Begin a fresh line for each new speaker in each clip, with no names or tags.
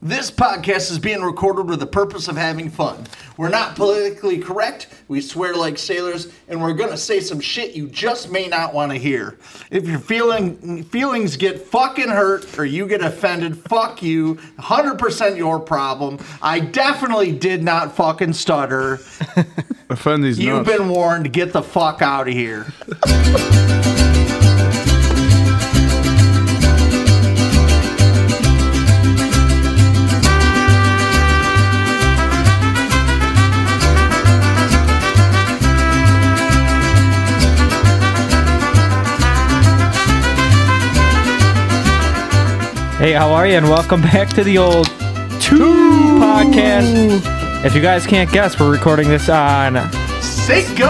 This podcast is being recorded with the purpose of having fun. We're not politically correct, we swear like sailors, and we're gonna say some shit you just may not want to hear. If your feeling feelings get fucking hurt or you get offended, fuck you. 100% your problem. I definitely did not fucking stutter.
Offend these
You've
nuts.
been warned. Get the fuck out of here.
Hey, how are you? And welcome back to the old two, podcast. If you guys can't guess, we're recording this on.
Cinco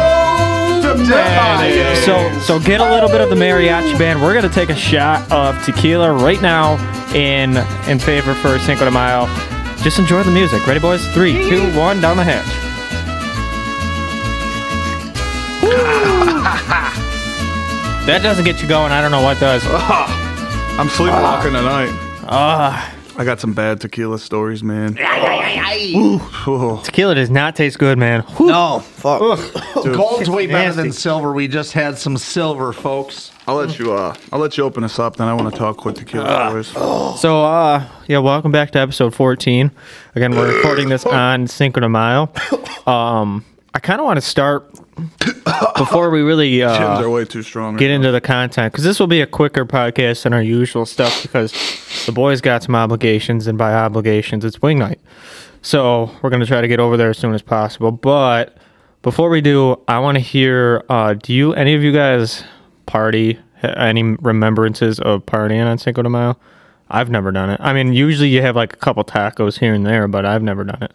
de Mayo.
So, so get a little bit of the mariachi band. We're gonna take a shot of tequila right now in in favor for Cinco de Mayo. Just enjoy the music. Ready, boys? Three, two, one, down the hatch. that doesn't get you going. I don't know what does.
I'm sleepwalking tonight. I got some bad tequila stories, man. Ooh,
Tequila does not taste good, man.
No, fuck.
Gold's way better
Nasty.
than silver. We just had some silver, folks.
I'll let you. Uh, I'll let you open us up. Then I want to talk quick tequila stories.
So, uh, yeah, welcome back to episode 14. Again, we're recording this on Cinco de Mayo. Um, I kind of want to start before we really
Chims are
uh,
way too strong.
get into the content because this will be a quicker podcast than our usual stuff because the boys got some obligations, and by obligations, it's wing night. So, we're going to try to get over there as soon as possible. But before we do, I want to hear uh, do you, any of you guys party? Ha- Any remembrances of partying on Cinco de Mayo? I've never done it. I mean, usually you have like a couple tacos here and there, but I've never done it.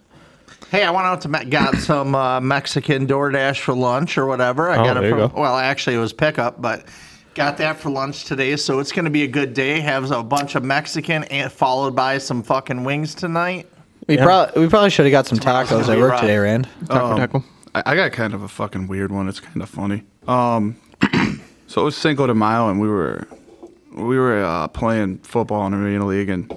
Hey, I went out to me- got some uh, Mexican DoorDash for lunch or whatever. I
Oh,
got it
there you
from
go.
well, actually it was pickup, but got that for lunch today. So it's going to be a good day. Have a bunch of Mexican and followed by some fucking wings tonight.
We, probably we probably should have got some
Tomorrow's
tacos
gonna
at
be
work
rough.
today, Rand.
Taco, taco.
I, I got kind of a fucking weird one. It's kind of funny. Um, so it was Cinco de Mayo, and we were we were uh, playing football in the Arena League, and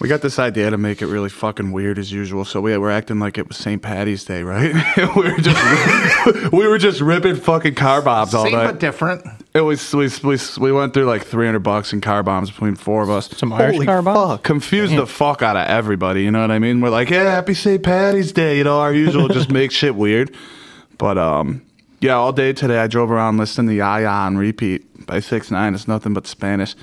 we got this idea to make it really fucking weird as usual. So we were acting like it was St. Patty's Day, right? we were just we were just ripping fucking car bombs all
Same but
night.
different.
It was we, we we went through like three hundred bucks in car bombs between four of us.
Some Irish car bomb?
Confused the fuck out of everybody, you know what I mean? We're like, yeah, happy St. Patty's Day, you know, our usual just make shit weird. But um yeah, all day today I drove around listening to Yaya on repeat by six nine. It's nothing but Spanish.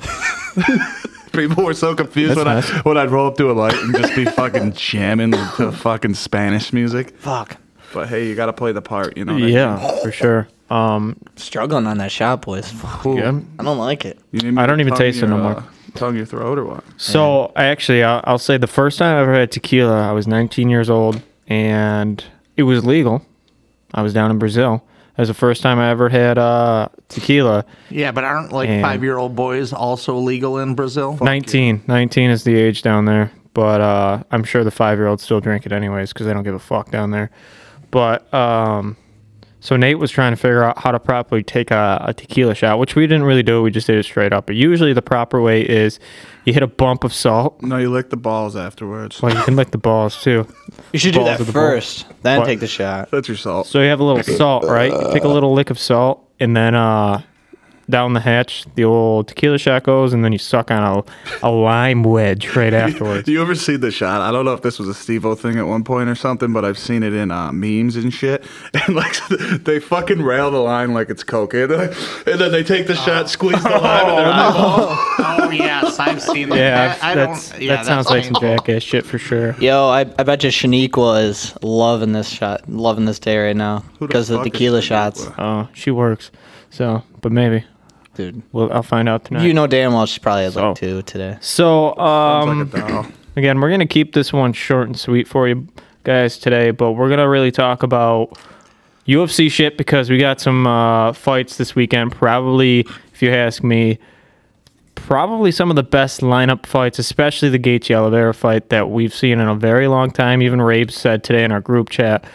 People were so confused when
That's
I when I'd roll up to a light and just be fucking jamming to fucking Spanish music.
Fuck.
But hey, you gotta play the part, you know. what I mean?
Yeah, for sure. Um,
Struggling on that shot, boys. Fuck.
yeah.
I don't like it.
You need me
I
to
don't even
tongue
taste it
your,
no more.
uh, tongue your throat or what?
So actually, I'll, I'll say the first time I ever had tequila, I was 19 years old, and it was legal. I was down in Brazil. That was the first time I ever had uh, tequila.
Yeah, but aren't like
And-
five-year-old boys also legal in Brazil?
19, 19 is the age down there, but uh, I'm sure the five year olds still drink it anyways because they don't give a fuck down there. But um, so Nate was trying to figure out how to properly take a, a tequila shot, which we didn't really do. We just did it straight up. But usually the proper way is you hit a bump of salt.
No, you lick the balls afterwards.
Well, you can lick the balls too.
You should do
Balls
that
of the ball.
first, then
What?
take the shot.
That's your salt.
So you have a little salt, right? You take a little lick of salt, and then uh, down the hatch, the old tequila shot goes, and then you suck on a, a lime wedge right afterwards.
Do you ever see the shot? I don't know if this was a Steve O thing at one point or something, but I've seen it in uh, memes and shit. And like they fucking rail the line like it's coke, and, uh, and then they take the shot, squeeze the lime in their eyeball.
oh yes, I've seen that.
Yeah,
I, I
that's,
don't. Yeah,
that sounds like
that's-
some jackass shit for sure.
Yo, I, I bet you Shaniqua is loving this shot, loving this day right now
Who the
because of the
fuck is
tequila
Shaniqua?
shots,
Uh, she works, so but maybe
dude.
we'll, I'll find out tonight.
You know damn well she probably had like
So-
two today.
so
It's
um,
like a doll.
Again, we're gonna keep this one short and sweet for you guys today, but we're gonna really talk about UFC shit because we got some uh, fights this weekend. Probably, if you ask me, probably some of the best lineup fights, especially the Gaethje Oliveira fight that we've seen in a very long time. Even Rabe said today in our group chat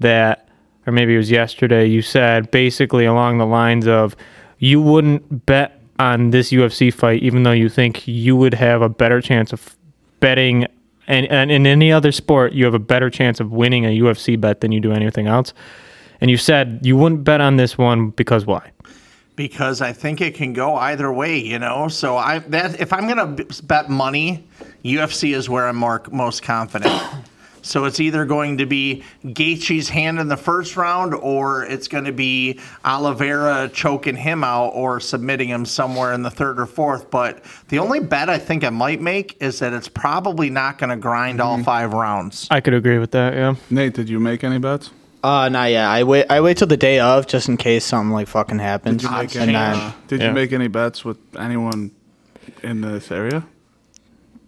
that, or maybe it was yesterday, you said basically along the lines of, you wouldn't bet on this UFC fight even though you think you would have a better chance of betting and, and in any other sport, you have a better chance of winning a UFC bet than you do anything else. And you said you wouldn't bet on this one because why?
because I think it can go either way, you know. So I that if I'm gonna b- bet money, UFC is where I'm more, most confident. so it's either going to be Gaethje's hand in the first round, or it's going to be Oliveira choking him out or submitting him somewhere in the third or fourth. But the only bet I think I might make is that it's probably not going to grind all five rounds.
I could agree with that. Yeah.
Nate, did you make any bets?
Uh, not yet. I wait. I wait till the day of just in case something like fucking happens.
Did you make
And
any,
then-
uh, did
Yeah.
you make any bets with anyone in this area?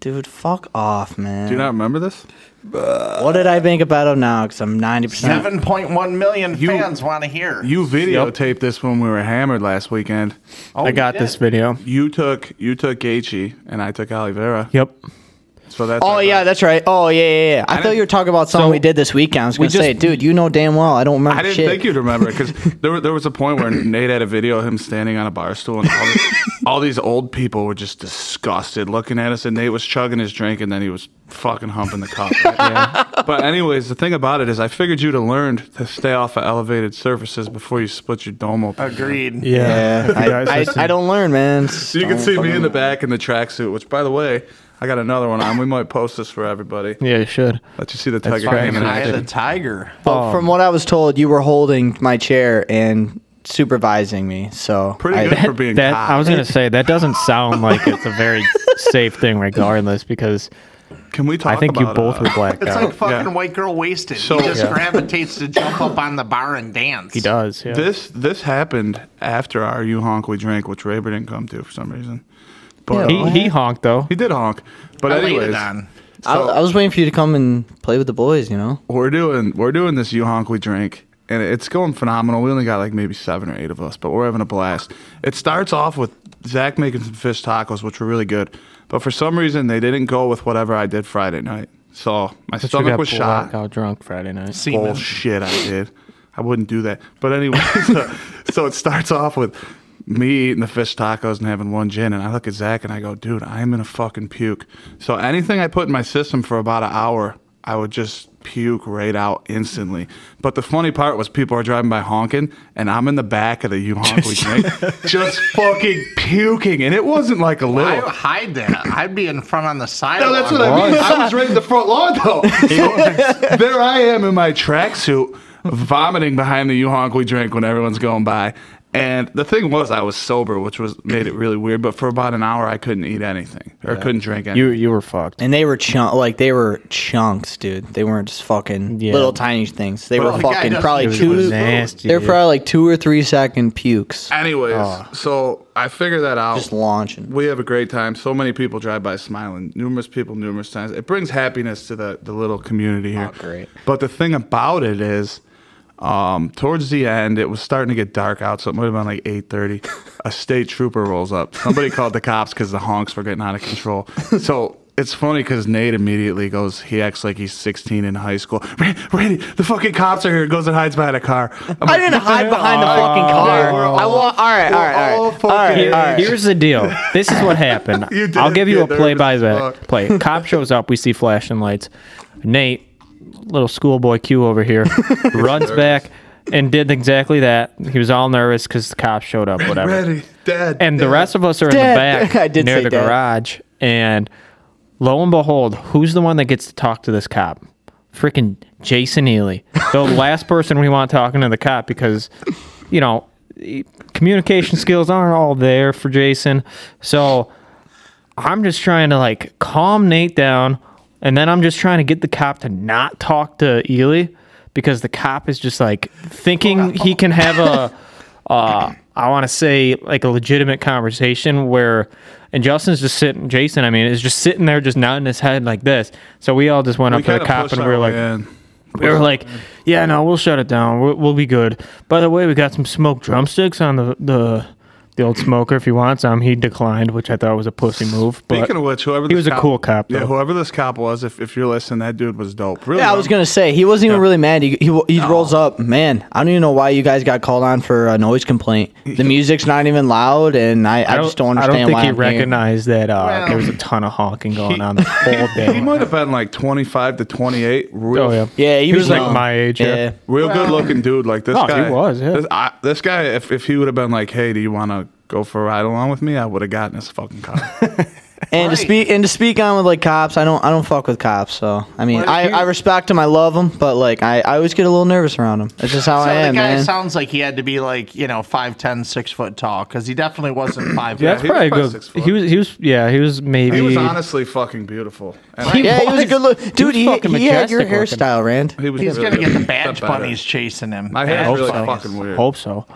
dude, fuck off, man.
Do you not remember this?
what did I think about him now? Because I'm 90. percent
Seven point one million
You-
fans want to hear.
You videotaped this when we were hammered last weekend.
Oh,
I got
yeah.
this video.
You took you took Gaethje and I took Oliveira.
Yep.
So that's
Oh
our
yeah,
bet.
that's right. Oh yeah, yeah. yeah. I, thought
uh, didn't-
you were talking about something
So-
we did this weekend. I was
We
gonna say,
just-
dude, you know damn well I don't remember
I didn't
shit.
think you'd remember it because there, were- there was a point where Nate had a video of him standing on a bar stool, and all, the, all these old people were just disgusted looking at us. And Nate was chugging his drink, and then he was fucking humping the cup. right? But anyways, the thing about it is, I figured you'd have learned to stay off of elevated surfaces before you split your dome open.
Agreed.
Yeah, I, I, I don't learn, man.
So you can see me in the back in the tracksuit, which, by the way, I got another one on. We might post this for everybody.
Yeah, you should.
Let you see the tiger
fine.
game in
Eye of
action.
the tiger.
But
Oh.
from what I was told, you were holding my chair and supervising me. So
Pretty
I,
good for being
That
cocky.
I was gonna say that doesn't sound like it's a very safe thing, regardless, because
Can we talk?
I think you
about,
both
uh,
would black
It's
out.
like fucking
Yeah.
white girl wasted.
So-
he just
Yeah.
gravitates to jump up on the bar and dance.
he does. Yeah.
This this happened after our you honk we drank, which Raber didn't come to for some reason. But
he, he honked though.
he did honk. But
I waited
anyways,
on.
I, I was waiting for you to come and play with the boys. You know,
we're doing we're doing this you honk we drink, and it's going phenomenal. We only got like maybe seven or eight of us, but we're having a blast. It starts off with Zach making some fish tacos, which were really good. But for some reason, they didn't go with whatever I did Friday night. So my
But you
stomach
got
was shot.
blackout drunk Friday night.
Semen.
Bullshit, I did. I wouldn't do that. But anyway, so, so it starts off with me eating the fish tacos and having one gin, and I look at Zach and I go, "Dude, I'm gonna fucking puke." So anything I put in my system for about an hour, I would just puke right out instantly. But the funny part was people are driving by honking, and I'm in the back of the U honk we drink, just fucking puking, and it wasn't like a
I
little.
would hide that. I'd be in front on the sidewalk.
No, that's what I mean. I was right in the front lawn though. So, there I am in my tracksuit, vomiting behind the U-Honk we drink when everyone's going by. And the thing was, I was sober, which was made it really weird. But for about an hour, I couldn't eat anything or couldn't drink anything.
You you were fucked.
and they were chunk like they were chunks, dude. They weren't just fucking
Yeah.
little tiny things. They
Well,
were
the guy
fucking
doesn't
probably
give a
two.
nasty,
They're
dude.
probably like two or three second pukes,
Anyways, so I figured that out.
just launching.
we have a great time. So many people drive by smiling. Numerous people, numerous times. It brings happiness to the, the little community here.
Oh, great.
But the thing about it is, um, towards the end, it was starting to get dark out. So it might have been like eight thirty. a state trooper rolls up. Somebody called the cops because the honks were getting out of control. So. It's funny because Nate immediately goes, he acts like he's 16 in high school. Ra- Randy, the fucking cops are here. Goes and hides behind a car. I'm
I
like,
didn't
"What
hide
hell?"
behind the
Oh,
fucking car.
dude, we're
I
all-
want. All right, all right, all
all
right, all right,
fucking-
all right.
Here's the deal. This is what happened.
You did
I'll give you
get
a play by
nervous as
the
fuck.
play. Cop shows up. We see flashing lights. Nate, little schoolboy Q over here, runs back and did exactly that. He was all nervous because the cops showed up. Whatever.
Randy, Dad.
And the
Dad."
rest of us are in
Dad.
the back
I did
near
say
the
dad.
garage. And lo and behold, who's the one that gets to talk to this cop? Freaking Jason Ely. The last person we want talking to the cop because, you know, e- communication skills aren't all there for Jason. So I'm just trying to like calm Nate down. And then I'm just trying to get the cop to not talk to Ely because the cop is just like thinking he can have a. uh, I want to say like a legitimate conversation where, and Justin's just sitting, Jason, I mean, is just sitting there, just nodding his head like this. So we all just went up to the
kinda
cop
pushed
and we
our
were like,
way in.
we were like, yeah, no, we'll shut it down. We'll, we'll be good. By the way, we got some smoked drumsticks on the the, the the old smoker if he wants some. He declined, which I thought was a pussy move. But
Speaking of which, whoever
he
this
was a cool cop,
Yeah,
though.
whoever this cop was, if, if you're listening, that dude was dope. Really,
Yeah, I was gonna say he wasn't even really mad. He he, he rolls up, man. I don't even know why you guys got called on for a noise complaint. The music's not even loud, and I, I, just don't understand
I don't think
why
he
I'm here.
recognized that uh, there was a ton of honking going on the whole
He
day.
might have been like 25 to 28. Real,
oh yeah,
Yeah, he,
He was, like,
young.
my age, yeah.
real good looking dude. Like this
No, Oh, he
guy
was, yeah.
This, I, this guy, if if he would have been like, hey, do you want to go for a ride along with me? I would have gotten his fucking car.
And
Right.
to speak and to speak on with like cops, I don't I don't fuck with cops. So I mean,
Well,
I,
you-
I respect them, I love them, but like I, I always get a little nervous around them. That's just how
So
I am,
the guy
man.
sounds like he had to be like you know 5'10", 6 foot tall because he definitely wasn't five.
yeah, that's
he was
probably
probably
good.
six foot.
He was, he was, yeah, he was maybe.
he was honestly fucking beautiful. And I-
He-
yeah, he was a
was.
good look, dude. He,
fucking
he, had your
majestic looking.
hairstyle, Rand.
he was
He's
really
gonna get the
good.
badge
Got better.
bunnies chasing him.
My hair's
Badge
really
bunnies.
fucking weird.
Hope so,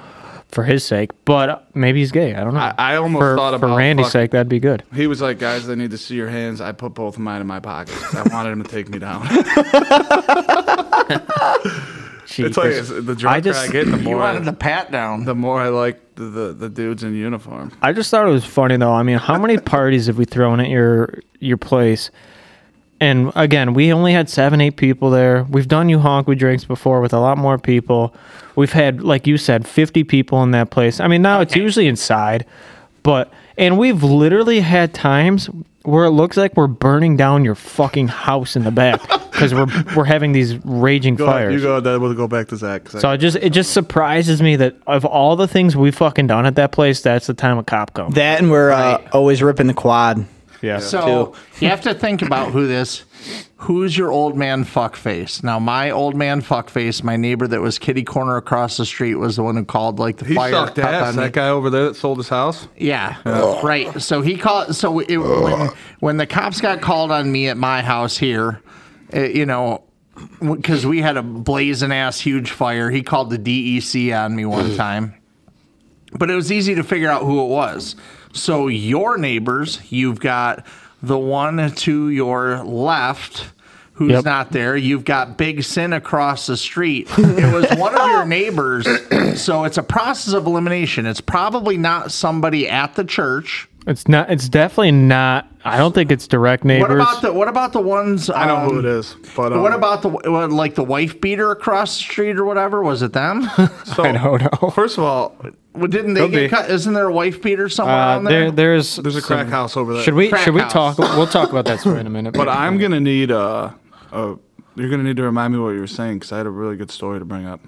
for his sake. But maybe he's gay. I don't know.
I- I almost
for,
thought
for
about
Randy's
fucking-
sake that'd be good.
He was like, guys, I need to see your hands. I put both of mine in my pockets. 'cause I wanted him to take me down. it's like it's,
Jeepers.
the drunker I,
just-
get, the
He
more
wanted the pat down.
the more I like the, the, the dudes in uniform.
I just thought it was funny though. I mean, how many parties have we thrown at your your place? And again, we only had seven, eight people there. We've done you honk with drinks before with a lot more people. We've had, like you said, fifty people in that place. I mean, now it's usually inside, but and we've literally had times where it looks like we're burning down your fucking house in the back because we're we're having these raging
Go ahead,
fires.
you go. Then we'll go back to Zach. 'cause I-
So I just it just surprises me that of all the things we've fucking done at that place, that's the time a cop comes.
That and we're uh, always ripping the quad.
yeah.
So you have to think about who this. Who's your old man fuckface? Now, my old man fuckface, my neighbor that was kitty corner across the street, was the one who called like the
he
fire
sucked
up
ass.
on me.
That guy over there that sold his house.
Yeah, right. So he called. So it, when, when the cops got called on me at my house here, uh you know, because we had a blazing ass huge fire, he called the DEC on me one time. But it was easy to figure out who it was. So your neighbors, you've got the one to your left. Who's
Yep.
not there? You've got Big Sin across the street. It was one of your neighbors. So it's a process of elimination. It's probably not somebody at the church.
It's not. It's definitely not. I don't think it's direct neighbors.
What about the What about the ones?
I know who
um,
it is. But um,
What about the what, like the wife beater across the street or whatever? Was it them?
So, I
don't know.
First of all,
Well, Didn't they
Could
get
be.
cut? Isn't there a wife beater somewhere
Uh,
on there?
there, there's.
there's a crack house over there.
Should we?
Crack
Should we
house.
talk? We'll talk about that story in a minute.
But I'm gonna need uh, uh you're gonna need to remind me what you were saying because I had a really good story to bring up.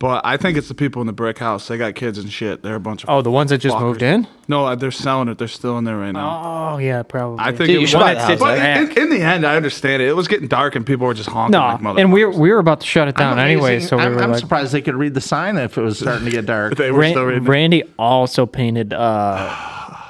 But I think it's the people in the brick house. They got kids and shit. They're a bunch of
Oh, the ones that just
fuckers.
moved in.
No, uh, they're selling it. They're still in there right now.
Oh yeah, probably.
I think
Dude,
it
you
was,
should buy the house.
but
Back.
in, in the end, I understand it. It was getting dark and people were just honking
no,
like motherfuckers.
and we were we were about to shut it down
I'm
anyway,
amazing-
so we
I'm,
were
I'm
like.
surprised they could read the sign if it was starting to get dark.
they were still
Ran-
reading.
Randy also painted uh,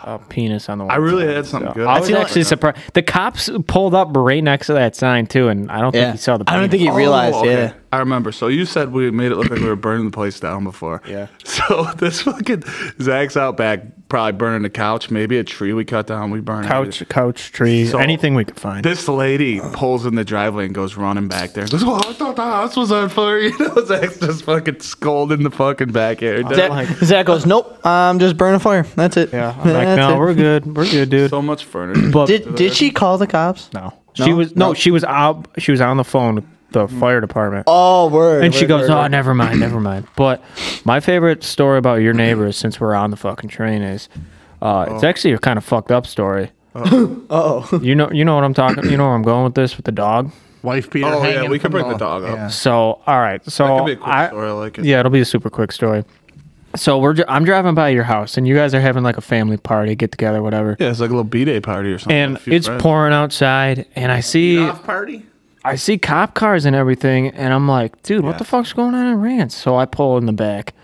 a penis on the wall.
I really had something good.
I
I
was
feel like-
actually surprised. The cops pulled up right next to that sign too, and I don't
Yeah,
think he saw the.
I don't
penis.
think he realized.
Oh, okay.
Yeah.
I remember. So you said we made it look like we were burning the place down before.
Yeah.
So this fucking Zach's out back, probably burning the couch, maybe a tree we cut down. We burn everything.
couch, couch, tree,
So-
anything we could find.
This lady pulls in the driveway and goes running back there. And goes, "Oh, I thought the house was on fire." You know, Zach's just fucking scolding the fucking back air.
Zach,
like-
Zach goes, nope, I'm just burning a fire. That's it.
yeah, I'm like, no, we're good, we're good, dude.
so much furniture.
But
Did did she call the cops?
No. She was no, she was out she was on the phone with the
Mm.
fire department.
Oh, word.
and she
word,
goes,
word,
"Oh,
word."
never mind, never mind." But my favorite story about your neighbors since we're on the fucking train is uh,
Oh.
it's actually a kind of fucked up story.
Oh,
You know, you know what I'm talking. You know where I'm going with this with the dog.
wife beater.
oh yeah,
hanging
we could
from
bring the dog up.
yeah.
So, all right. So
That could be a quick
I-
story. I like it.
Yeah, it'll be a super quick story. So we're dri- I'm driving by your house, and you guys are having like a family party, get together, whatever.
Yeah, it's like a little b-day party or something.
And
A few
it's
friends.
pouring outside, and I see
Off party.
I see cop cars and everything, and I'm like, dude, what the fuck's going on in Rance? So I pull in the back,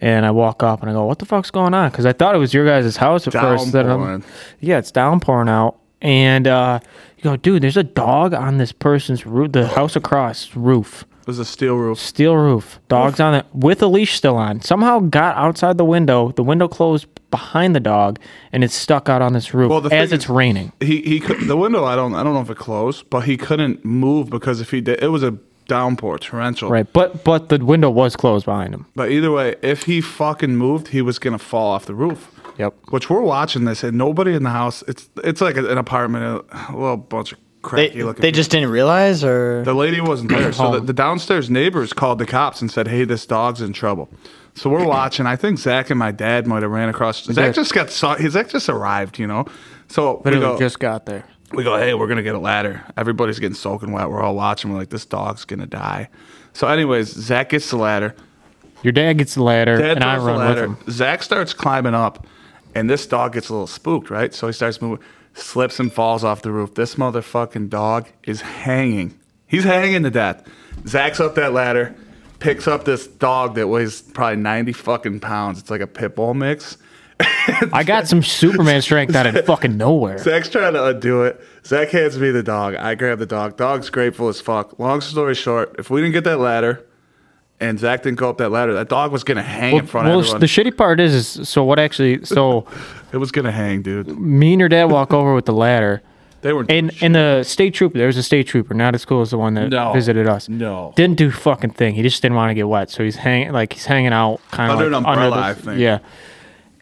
and I walk up and I go, what the fuck's going on? Because I thought it was your guys' house at first. That I'm,
Downpouring.
yeah, it's downpouring out, and uh, you go, dude, there's a dog on this person's roof, the house across roof,
It was a steel roof.
steel roof, dog's on it with a leash still on. Somehow got outside the window, the window closed behind the dog, and it's stuck out on this roof
Well, the
as
thing
it's
is-
raining.
He he could, the window. I don't I don't know if it closed, but he couldn't move because if he did, it was a downpour, torrential.
Right, but but the window was closed behind him.
But either way, if he fucking moved, he was gonna fall off the roof.
Yep.
Which we're watching this and nobody in the house. It's it's like an apartment, a little bunch of
They,
cracky looking.
they just didn't realize, or
The lady wasn't there, so the,
Home.
the downstairs neighbors called the cops and said, "Hey, this dog's in trouble." So we're watching. I think Zach and my dad might have ran across. Zach
did.
just got saw. His Zach just arrived, you know. So we
Literally
go,
just got there.
we go, "Hey, we're gonna get a ladder." Everybody's getting soaking wet. We're all watching. We're like, "This dog's gonna die." So, anyways, Zach gets the ladder.
Your dad gets the ladder,
Dad
and I
throws the
run with
ladder.
him.
Zach starts climbing up, and this dog gets a little spooked, right? So he starts moving, slips and falls off the roof. This motherfucking dog is hanging. He's hanging to death. Zach's up that ladder, picks up this dog that weighs probably 90 fucking pounds. It's like a pit bull mix.
I got some Superman strength out of fucking nowhere.
Zach's trying to undo it. Zach hands me the dog. I grab the dog. Dog's grateful as fuck. Long story short, if we didn't get that ladder, and Zach didn't go up that ladder, that dog was gonna hang in front
well,
of everyone.
the shitty part is, is so what actually so
it was gonna hang, dude.
me and your dad walk over with the ladder
They were
and and the state trooper there was a state trooper not as cool as the one that
No.
visited us
No.
didn't do fucking thing he just didn't want to get wet so he's hanging like he's hanging out kind of
Under an
like,
umbrella,
the-
I think.
yeah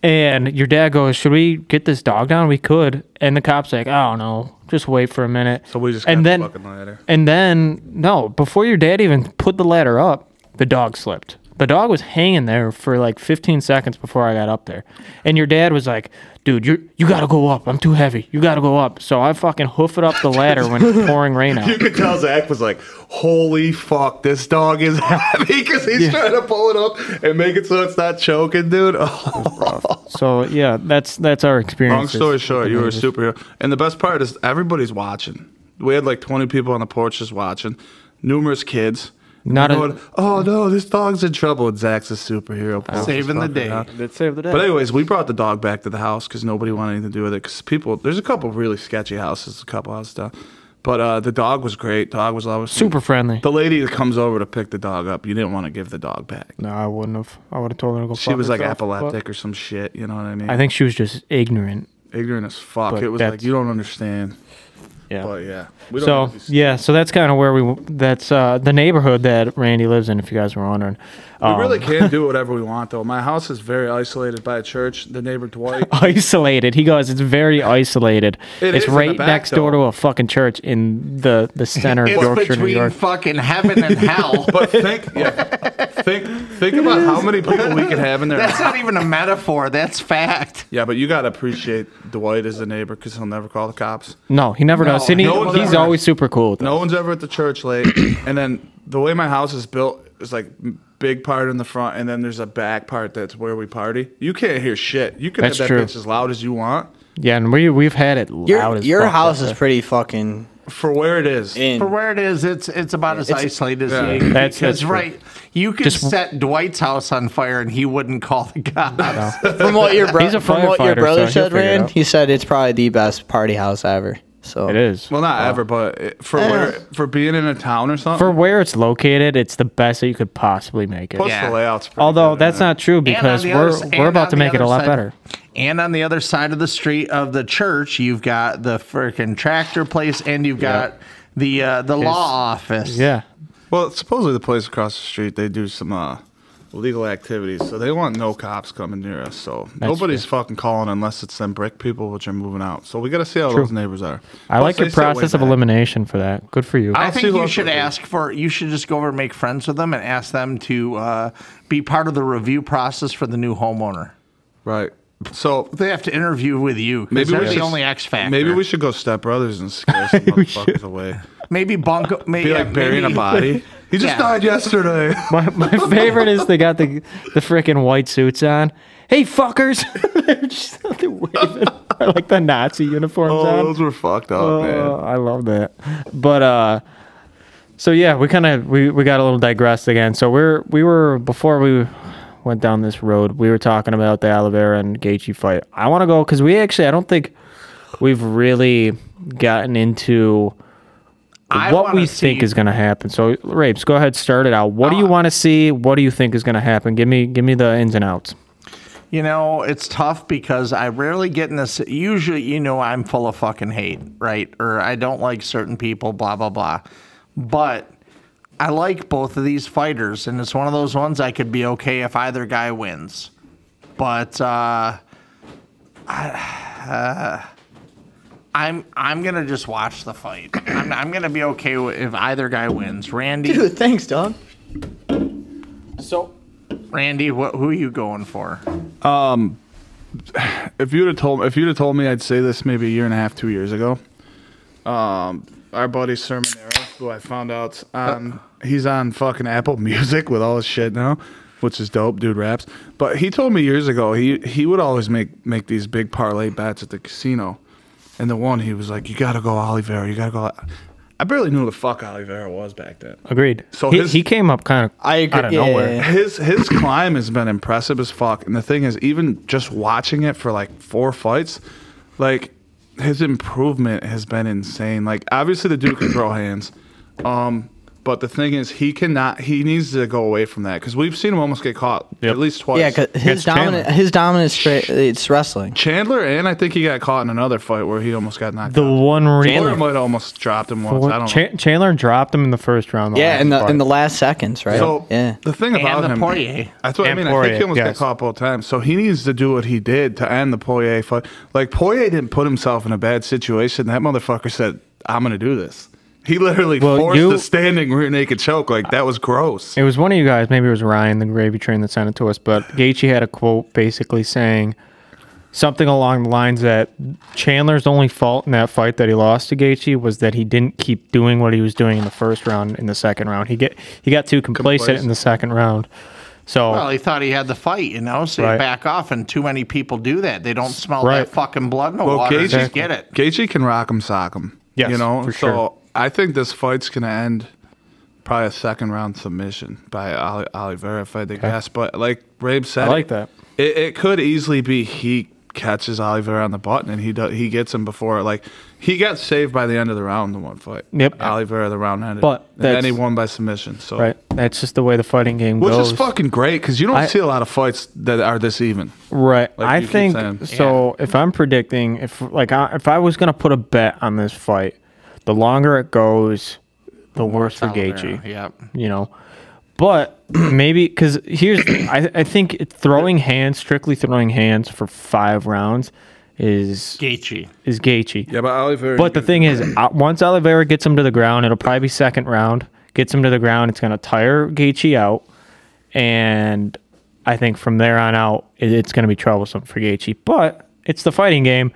and your dad goes should we get this dog down we could and the cops like I don't know just wait for a minute
So we just
and
got the
then
fucking ladder.
and then no before your dad even put the ladder up the dog slipped the dog was hanging there for like 15 seconds before I got up there and your dad was like dude you you gotta go up I'm too heavy you gotta go up so I fucking hoof it up the ladder when it's pouring rain out
You could tell Zach was like, "Holy fuck, this dog is happy because he's trying to pull it up and make it so it's not choking, dude." Oh,
So yeah, that's that's our experience.
Long story short, you were a superhero, and the best part is everybody's watching. We had like twenty people on the porch just watching, numerous kids.
Not
They're
a-
going, oh no, this dog's in trouble. And Zach's a superhero,
Oh,
pulls his
Saving the
fucking
day.
out.
Let's save the day.
But anyways, we brought the dog back to the house because nobody wanted anything to do with it. Because people, there's a couple really sketchy houses, a couple houses down. But uh, the dog was great. Dog was always
super friendly.
The lady that comes over to pick the dog up, you didn't want to give the dog back.
No, I wouldn't have. I would have told her to go.
She
fuck
was like
herself, but
epileptic or some shit. You know what I mean?
I think she was just ignorant.
ignorant as fuck.
But
It was
that's-
like you don't understand.
Yeah.
But yeah, we don't.
so
have these-
yeah, so that's kind of where we. That's uh, the neighborhood that Randy lives in. If you guys were wondering,
we
Um,
really can do whatever we want though. My house is very isolated by a church. The neighbor Dwight.
isolated. He goes, it's very isolated.
It is
it's
in the
right
back,
next door to
though.
a fucking church in the the center of
It's
Yorkshire, New
between
York.
fucking heaven and hell.
But think, yeah, think, think about how many people we could have in there.
That's not even a metaphor. That's fact.
Yeah, but you gotta appreciate Dwight as a neighbor because he'll never call the cops.
No, he never does. And he-
no one's
he's
ever-
always super cool. With us.
No one's ever at the church late. and then the way my house is built is like m- big part in the front, and then there's a back part that's where we party. You can't hear shit. You can
That's
have that
true.
bitch as loud as you want
Yeah, and we we've had it loud
your
as
your
fuck
house
up
is
there.
pretty fucking
for where it is.
in.
For where it is, it's it's about as
It's-
isolated
yeah.
as you can.
That's-
because
that's true.
right. You could
Just-
set Dwight's house on fire and he wouldn't call the cops.
From what your bro-
He's a
from what your
firefighter,
brother
so he'll
said,
figure it
Rand,
out.
he said it's probably the best party house ever. So
It is.
Well, not ever, but it- for where
Eh.
for being in a town or something.
for where it's located, it's the best that you could possibly make it.
plus
Yeah.
the layouts. pretty
Although
good in
that's
there.
not true
And on
because
the
we're
other s-
we're
and
about
on the
to make it
other
a lot
side-
better.
And on the other side of the street of the church, you've got the frickin' tractor place and you've got the uh, the law office.
Yeah.
Well, supposedly the place across the street they do some uh, illegal activities, so they want no cops coming near us. So nobody's fucking calling unless it's them brick people which are moving out. So we got to see how those neighbors are.
I
Plus,
like
they
your
sit way
process of
back.
elimination for that. Good for you.
I
I'll see
think
who
you
else
should
will be.
ask for. You should just go over and make friends with them and ask them to uh, be part of the review process for the new homeowner.
Right. So
They have to interview with you. Maybe
maybe
they're
we
the
should,
only X factor.
Maybe we should go Step Brothers and scare some motherfuckers away.
maybe Bunko. Maybe
Be like burying a body. He just
Yeah.
died yesterday.
my, my favorite is they got the the freaking white suits on. Hey fuckers! they're just out there waving Or, like the Nazi uniforms
oh,
on.
those were fucked up,
Oh,
man.
I love that. But uh so yeah, we kind of we, we got a little digressed again. So we're we were before we went down this road, we were talking about the Oliveira and Gaethje fight. I want to go cuz we actually I don't think we've really gotten into
I
what
wanna
we
see-
think is going to happen. So Rapes, go ahead start it out. What do you want to see? What do you think is going to happen? Give me give me the ins and outs.
You know, it's tough because I rarely get in this. Usually, you know, I'm full of fucking hate, right? Or I don't like certain people, blah, blah, blah. But I like both of these fighters, and it's one of those ones I could be okay if either guy wins. But uh, I'm I'm gonna just watch the fight. I'm, I'm gonna be okay with if either guy wins. Randy,
Dude, thanks, dog.
so Randy, what who are you going for?
if you'd have told if you'd have told me I'd say this maybe a year and a half, two years ago. Um, our buddy Sermonero, who I found out's on, he's on fucking Apple Music with all his shit now, which is dope. Dude raps, but he told me years ago he he would always make make these big parlay bets at the casino, and the one he was like, you gotta go Oliveira, you gotta go. I barely knew who the fuck Oliveira was back then.
Agreed.
So
So he,
his-
he came up kind of
I agree.
out of
yeah, yeah,
nowhere.
yeah.
his his climb has been impressive as fuck. And the thing is, even just watching it for like four fights, like his improvement has been insane. Like obviously the dude can throw hands, um, but the thing is he cannot. He needs to go away from that because we've seen him almost get caught at least twice.
Yeah, 'cause his
Against Chandler.
dominant, his dominant, stra- it's wrestling.
Chandler and I think he got caught in another fight where he almost got knocked
The
out.
one
Chandler
reason
might have almost dropped him once. I don't know.
Chan- Chandler dropped him in the first round.
Yeah, in the
last
in the
fight.
last seconds, right?
So
yeah.
the thing about
the
him,
Poirier.
that's what
And
I mean. I
Poirier,
think he almost
yes.
got caught both times. So he needs to do what he did to end the Poirier fight. Like Poirier didn't put himself in a bad situation. That motherfucker said, "I'm going to do this." He literally
Well,
forced
you-
a standing rear naked choke. Like that was gross.
It was one of you guys, maybe it was Ryan, the gravy train that sent it to us, but Gaethje had a quote basically saying something along the lines that Chandler's only fault in that fight that he lost to Gaethje was that he didn't keep doing what he was doing in the first round in the second round. He get he got too complacent,
Complacent.
in the second round. So
Well, he thought he had the fight, you know, so
Oh. Right.
you back off, and too many people do that. They don't smell
Right.
that fucking blood in the
Well,
water.
Gaethje-
Just get it.
Gaethje can rock him, sock him.
Yes,
you know.
for
so
sure.
I think this fight's going to end probably a second round submission by Oli- Oliveira, if I had to guess. But like Rabe said,
I like that.
It, it could easily be he catches Oliver on the button and he do, he gets him before like he got saved by the end of the round in one fight.
Yep.
Oliver the round ended,
But
and then
that's-
he won by submission. So
right. That's just the way the fighting game
which
goes.
is fucking great because you don't
I-
see a lot of fights that are this even.
Right.
Like
I
you keep saying.
think so. If I'm predicting, if like I, if I was gonna put a bet on this fight, the longer it goes, the worse for Gaethje.
Yep.
You know, but maybe because here's I I think it- throwing hands strictly throwing hands for five rounds is
Gaethje.
is Gaethje.
Yeah, but Oliver.
But the thing is, uh, once Oliveira gets him to the ground, it'll probably be second round. Gets him to the ground, it's going to tire Gaethje out, and I think from there on out, it, it's going to be troublesome for Gaethje. But it's the fighting game.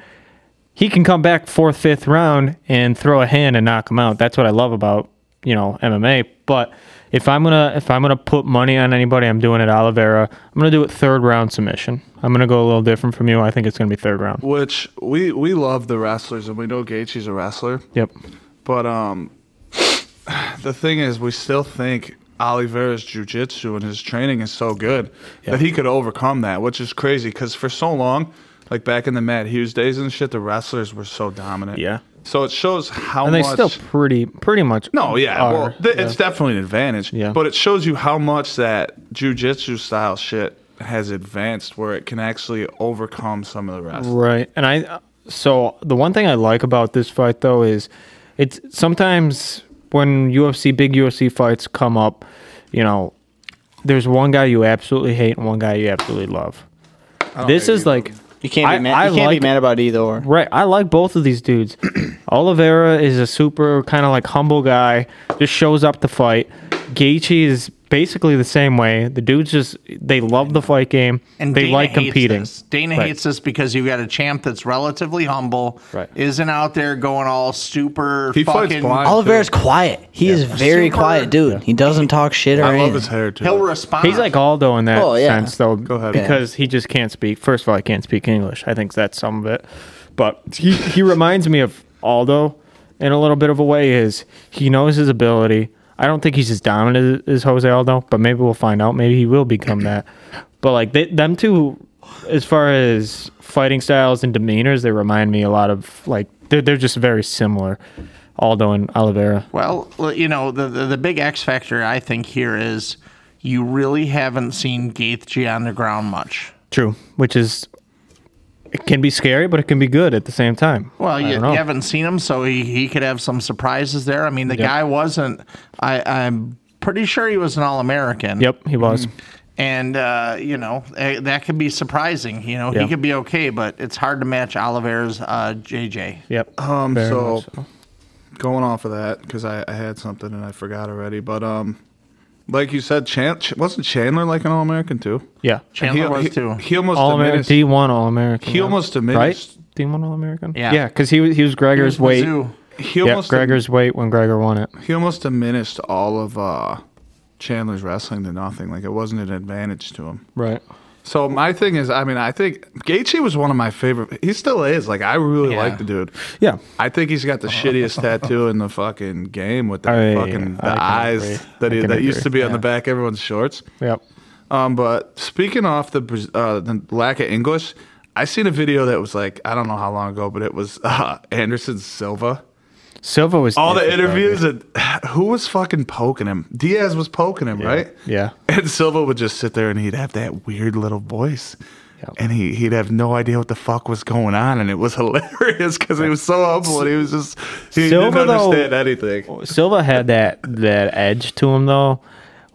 He can come back fourth, fifth round and throw a hand and knock him out. That's what I love about you know MMA. But if I'm gonna if I'm gonna put money on anybody, I'm doing it Oliveira. I'm gonna do it third round submission. I'm gonna go a little different from you. I think it's gonna be third round.
which we we love the wrestlers and we know Gaethje's a wrestler.
Yep.
But um, the thing is, we still think Oliveira's jujitsu and his training is so good that he could overcome that, which is crazy. Because for so long, like back in the Matt Hughes days and shit, the wrestlers were so dominant.
Yeah.
So it shows how
And they
much.
still pretty pretty much
no, yeah,
are,
well, th- it's definitely an advantage.
Yeah.
But it shows you how much that jujitsu style shit has advanced, where it can actually overcome some of the rest.
Right. And I so the one thing I like about this fight though is it's sometimes when UFC big UFC fights come up, you know, there's one guy you absolutely hate and one guy you absolutely love. This
hate
is
either
like
You can't
I-
be mad.
I
you can't
like-
be mad about either. Or.
Right. I like both of these dudes. Oliveira is a super kind of like humble guy, just shows up to fight. Gaethje is basically the same way. The dudes just they love the fight game.
And
they
Dana
like
hates
competing.
this. Dana
Right.
hates this because you've got a champ that's relatively humble,
Right.
isn't out there going all super
He fights
fucking.
blind.
Oliveira's quiet. He is very
Super-
quiet, dude. He doesn't talk shit or
I
anything.
love his hair too.
He'll respond.
He's like Aldo in that
Oh, yeah.
sense, though,
ahead.
because he just can't speak. First of all, he can't speak English. I think that's some of it. But he, he reminds me of Aldo in a little bit of a way. Is he knows his ability? I don't think he's as dominant as, as Jose Aldo, but maybe we'll find out. Maybe he will become that. But like they, them two, as far as fighting styles and demeanors, they remind me a lot of like they're they're just very similar. Aldo and Oliveira.
Well, l- you know, the, the, the big X factor I think here is you really haven't seen Gaethje on the ground much.
True, which is it can be scary, but it can be good at the same time.
Well,
I
you,
don't
you
know.
haven't seen him, so he, he could have some surprises there. I mean, the guy wasn't. I, I'm pretty sure he was an All American.
Mm-hmm.
Yep, he was.
and uh, you know eh, that could be surprising. You know,
Yeah.
he could be okay, but it's hard to match Oliver's uh, JJ.
Yep.
Um,
Very
so,
much
going off of that because I, I had something and I forgot already, but um, like you said, Chan- Ch- wasn't Chandler like an All American too?
Yeah.
Chandler
he,
was
he-
too.
He almost
All American.
diminished-
D one All American.
He almost
right.
diminished.
D one All American.
Yeah.
Yeah, because he was he was Gregor's
He was
weight.
Mizzou.
He
Yeah,
almost
Gregor's weight when Gregor won it.
he almost diminished all of uh, Chandler's wrestling to nothing. Like it wasn't an advantage to him.
Right.
So my thing is, I mean, I think Gaethje was one of my favorite. He still is. Like I really
Yeah.
like the dude.
Yeah.
I think he's
Oh.
got the shittiest tattoo in the fucking game with the
I-
fucking the
I can
eyes
agree.
that
I
he,
can
that used
agree.
to be on the back of everyone's shorts.
Yep.
Um, but speaking off the Braz- uh, the lack of English, I seen a video that was like I don't know how long ago, but it was uh, Anderson Silva.
Silva was
All the
different, though,
interviews and who was fucking poking him? Diaz was poking him, right?
Yeah.
And Silva would just sit there and he'd have that weird little voice.
Yep.
And he, he'd have no idea what the fuck was going on. And it was hilarious because he was so humble and he was just, he
Silva,
didn't
though-
understand anything.
Silva had that that edge to him though,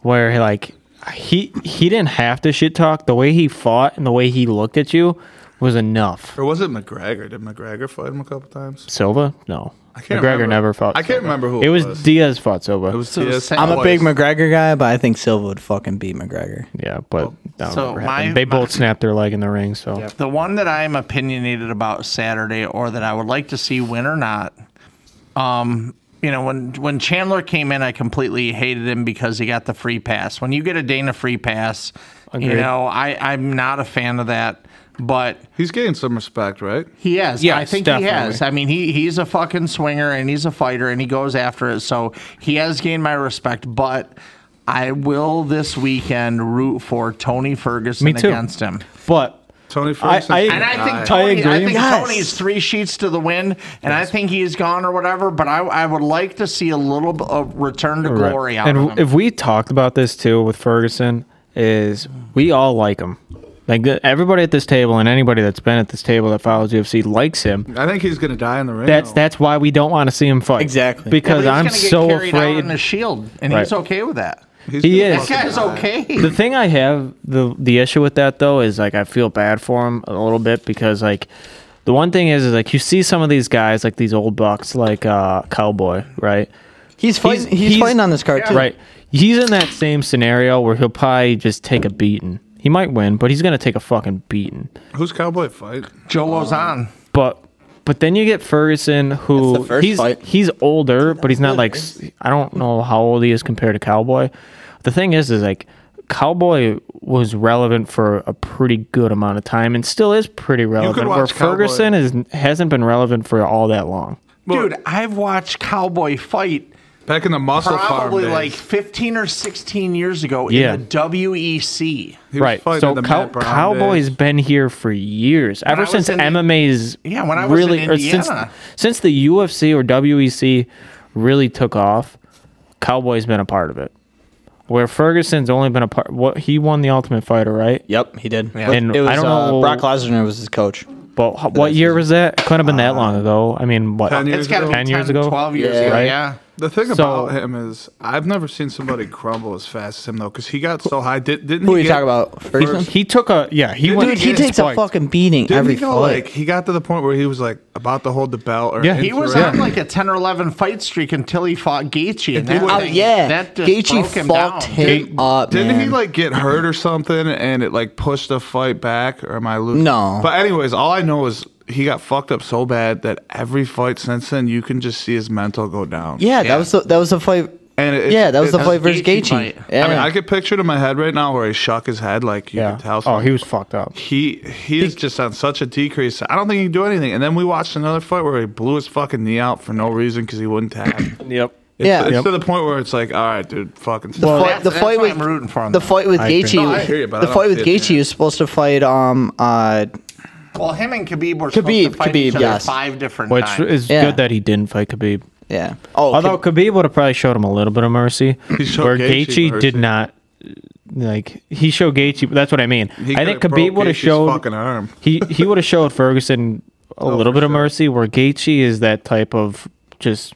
where he, like he he didn't have to shit talk. The way he fought and the way he looked at you was enough.
Or was it McGregor? Did McGregor fight him a couple times?
Silva, no,
I can't
McGregor
remember.
never fought.
I can't
Silva.
remember who
it
it
was.
was.
Diaz fought Silva.
It was
So
Diaz
sad.
I'm a
twice.
big McGregor guy, but I think Silva would fucking beat McGregor.
yeah, but that
So
never
my-
happened. they
my-
both snapped their leg in the ring. So
The one that I am opinionated about Saturday, or that I would like to see win or not. Um, you know, when when Chandler came in, I completely hated him because he got the free pass. When you get a Dana free pass, you
Agreed.
know, I I'm not a fan of that, but.
He's getting some respect, right?
He has.
Yes,
I think
definitely.
he has. I mean, he he's a fucking swinger and he's a fighter and he goes after it. So he has gained my respect, but I will this weekend root for Tony Ferguson
Me too.
against him.
but
Tony Ferguson.
I-
And I
God.
think Tony, I,
agree.
think
Yes.
Tony's three sheets to the wind, and I think he's gone or whatever. But I, I would like to see a little bit of return to
Right.
glory out
and
of
w-
him.
if we talked about this too with Ferguson, is we all like him. Like the, everybody at this table and anybody that's been at this table that follows UFC likes him.
I think he's going to die in the ring.
That's
though.
that's why we don't want to see him fight.
Exactly.
But
Because
he's
I'm
gonna get
so
carried out in the
afraid.
shield, and
Right.
he's okay with that.
He's
he
gonna
That
is.
fucking
guy's
die.
okay.
The thing I have the the issue with that though is like I feel bad for him a little bit because like the one thing is is like you see some of these guys like these old bucks like uh Cowboy right
He's fighting. He's,
he's-
fighting on this card too.
right he's in that same scenario where he'll probably just take a beating he might win but he's gonna take a fucking beating
Who's Cowboy fight?
Joe Lozon.
but but then you get Ferguson,
That's
who
the first
he's
fight.
he's older, but he's not like s- I don't know how old he is compared to Cowboy. The thing is, is like Cowboy was relevant for a pretty good amount of time and still is pretty relevant. Where
watch Cowboy.
Ferguson is hasn't been relevant for all that long.
Well-
Dude, I've watched Cowboy fight
Back in the muscle farm
probably
days.
like 15 or 16 years ago
Yeah.
in the E WEC.
He was
right.
fighting
So
in the
Cow-
Matt Brown
Cowboy's
days.
been here for years,
I
ever
was
since
in the-
MMA's
Yeah, when I was in
really or since
Indiana.
since the UFC or WEC really took off, Cowboy's been a part of it. Where Ferguson's only been a part. What he won the Ultimate Fighter, right?
Yep, he did.
Yeah.
And
it was,
I don't
uh,
know-
Brock Lesnar was his coach.
But h- what year was that? Couldn't have been that long ago. I mean, what?
Ten years
It's got to be 10
10 years ago?
12 years
Yeah.
ago,
Right.
yeah.
The thing
So-
about him is, I've never seen somebody crumble as fast as him though, because he got so high. Did, didn't
Who
he
are you
get-
talking about? Ferguson?
He took a yeah. He went.
Dude, he
and
takes
spiked.
a fucking beating
Didn't
every
he go
fight.
like he got to the point where he was like about to hold the belt? Or
Yeah.
an
He was
interim-
on like a 10 or 11 fight streak until he fought Gaethje. And that
oh
thing-
yeah,
that just broke
Gaethje
him
fucked
down.
him up.
Didn't he
man.
like get hurt or something, and it like pushed the fight back? Or am I losing?
No.
But anyways, all I know is he got fucked up so bad that every fight since then, you can just see his mental go down.
Yeah,
Yeah.
that was the, that was the fight.
And it-
yeah, that was
it-
the fight versus
Gaethje
Gaethje.
fight.
Yeah.
I mean, I could picture it in my head right now where he shook his head like you
Yeah.
could tell.
Oh, he was fucked up.
he he is just on such a decrease. I don't think he can do anything. And then we watched another fight where he blew his fucking knee out for no reason because he wouldn't tap. It's,
Yep.
yeah.
it's
Yep.
to the point where it's like, all right, dude, fucking.
The
stop.
fight, the
that's
fight
why
with
I'm rooting for him.
the fight with
I agree.
Gaethje.
No, I hear you, but I
the
don't
fight with
see it,
Gaethje
yeah.
was supposed to fight um uh
Well, him and Khabib were supposed
Khabib,
to fight
Khabib,
each other
yes.
five different
Which
times.
is
Yeah.
good that he didn't fight Khabib.
yeah. Oh,
Although
Khabib-
Khabib would have probably showed him a little bit of mercy,
He showed
where
Gaethje
Gaethje did
mercy.
not. Like he showed Gaethje, that's what I mean.
He
I think
could've
Khabib
broke
would have
Gaethje's
showed
fucking arm. Oh,
he he would have showed Ferguson a little
for
bit of
sure.
mercy, where Gaethje is that type of just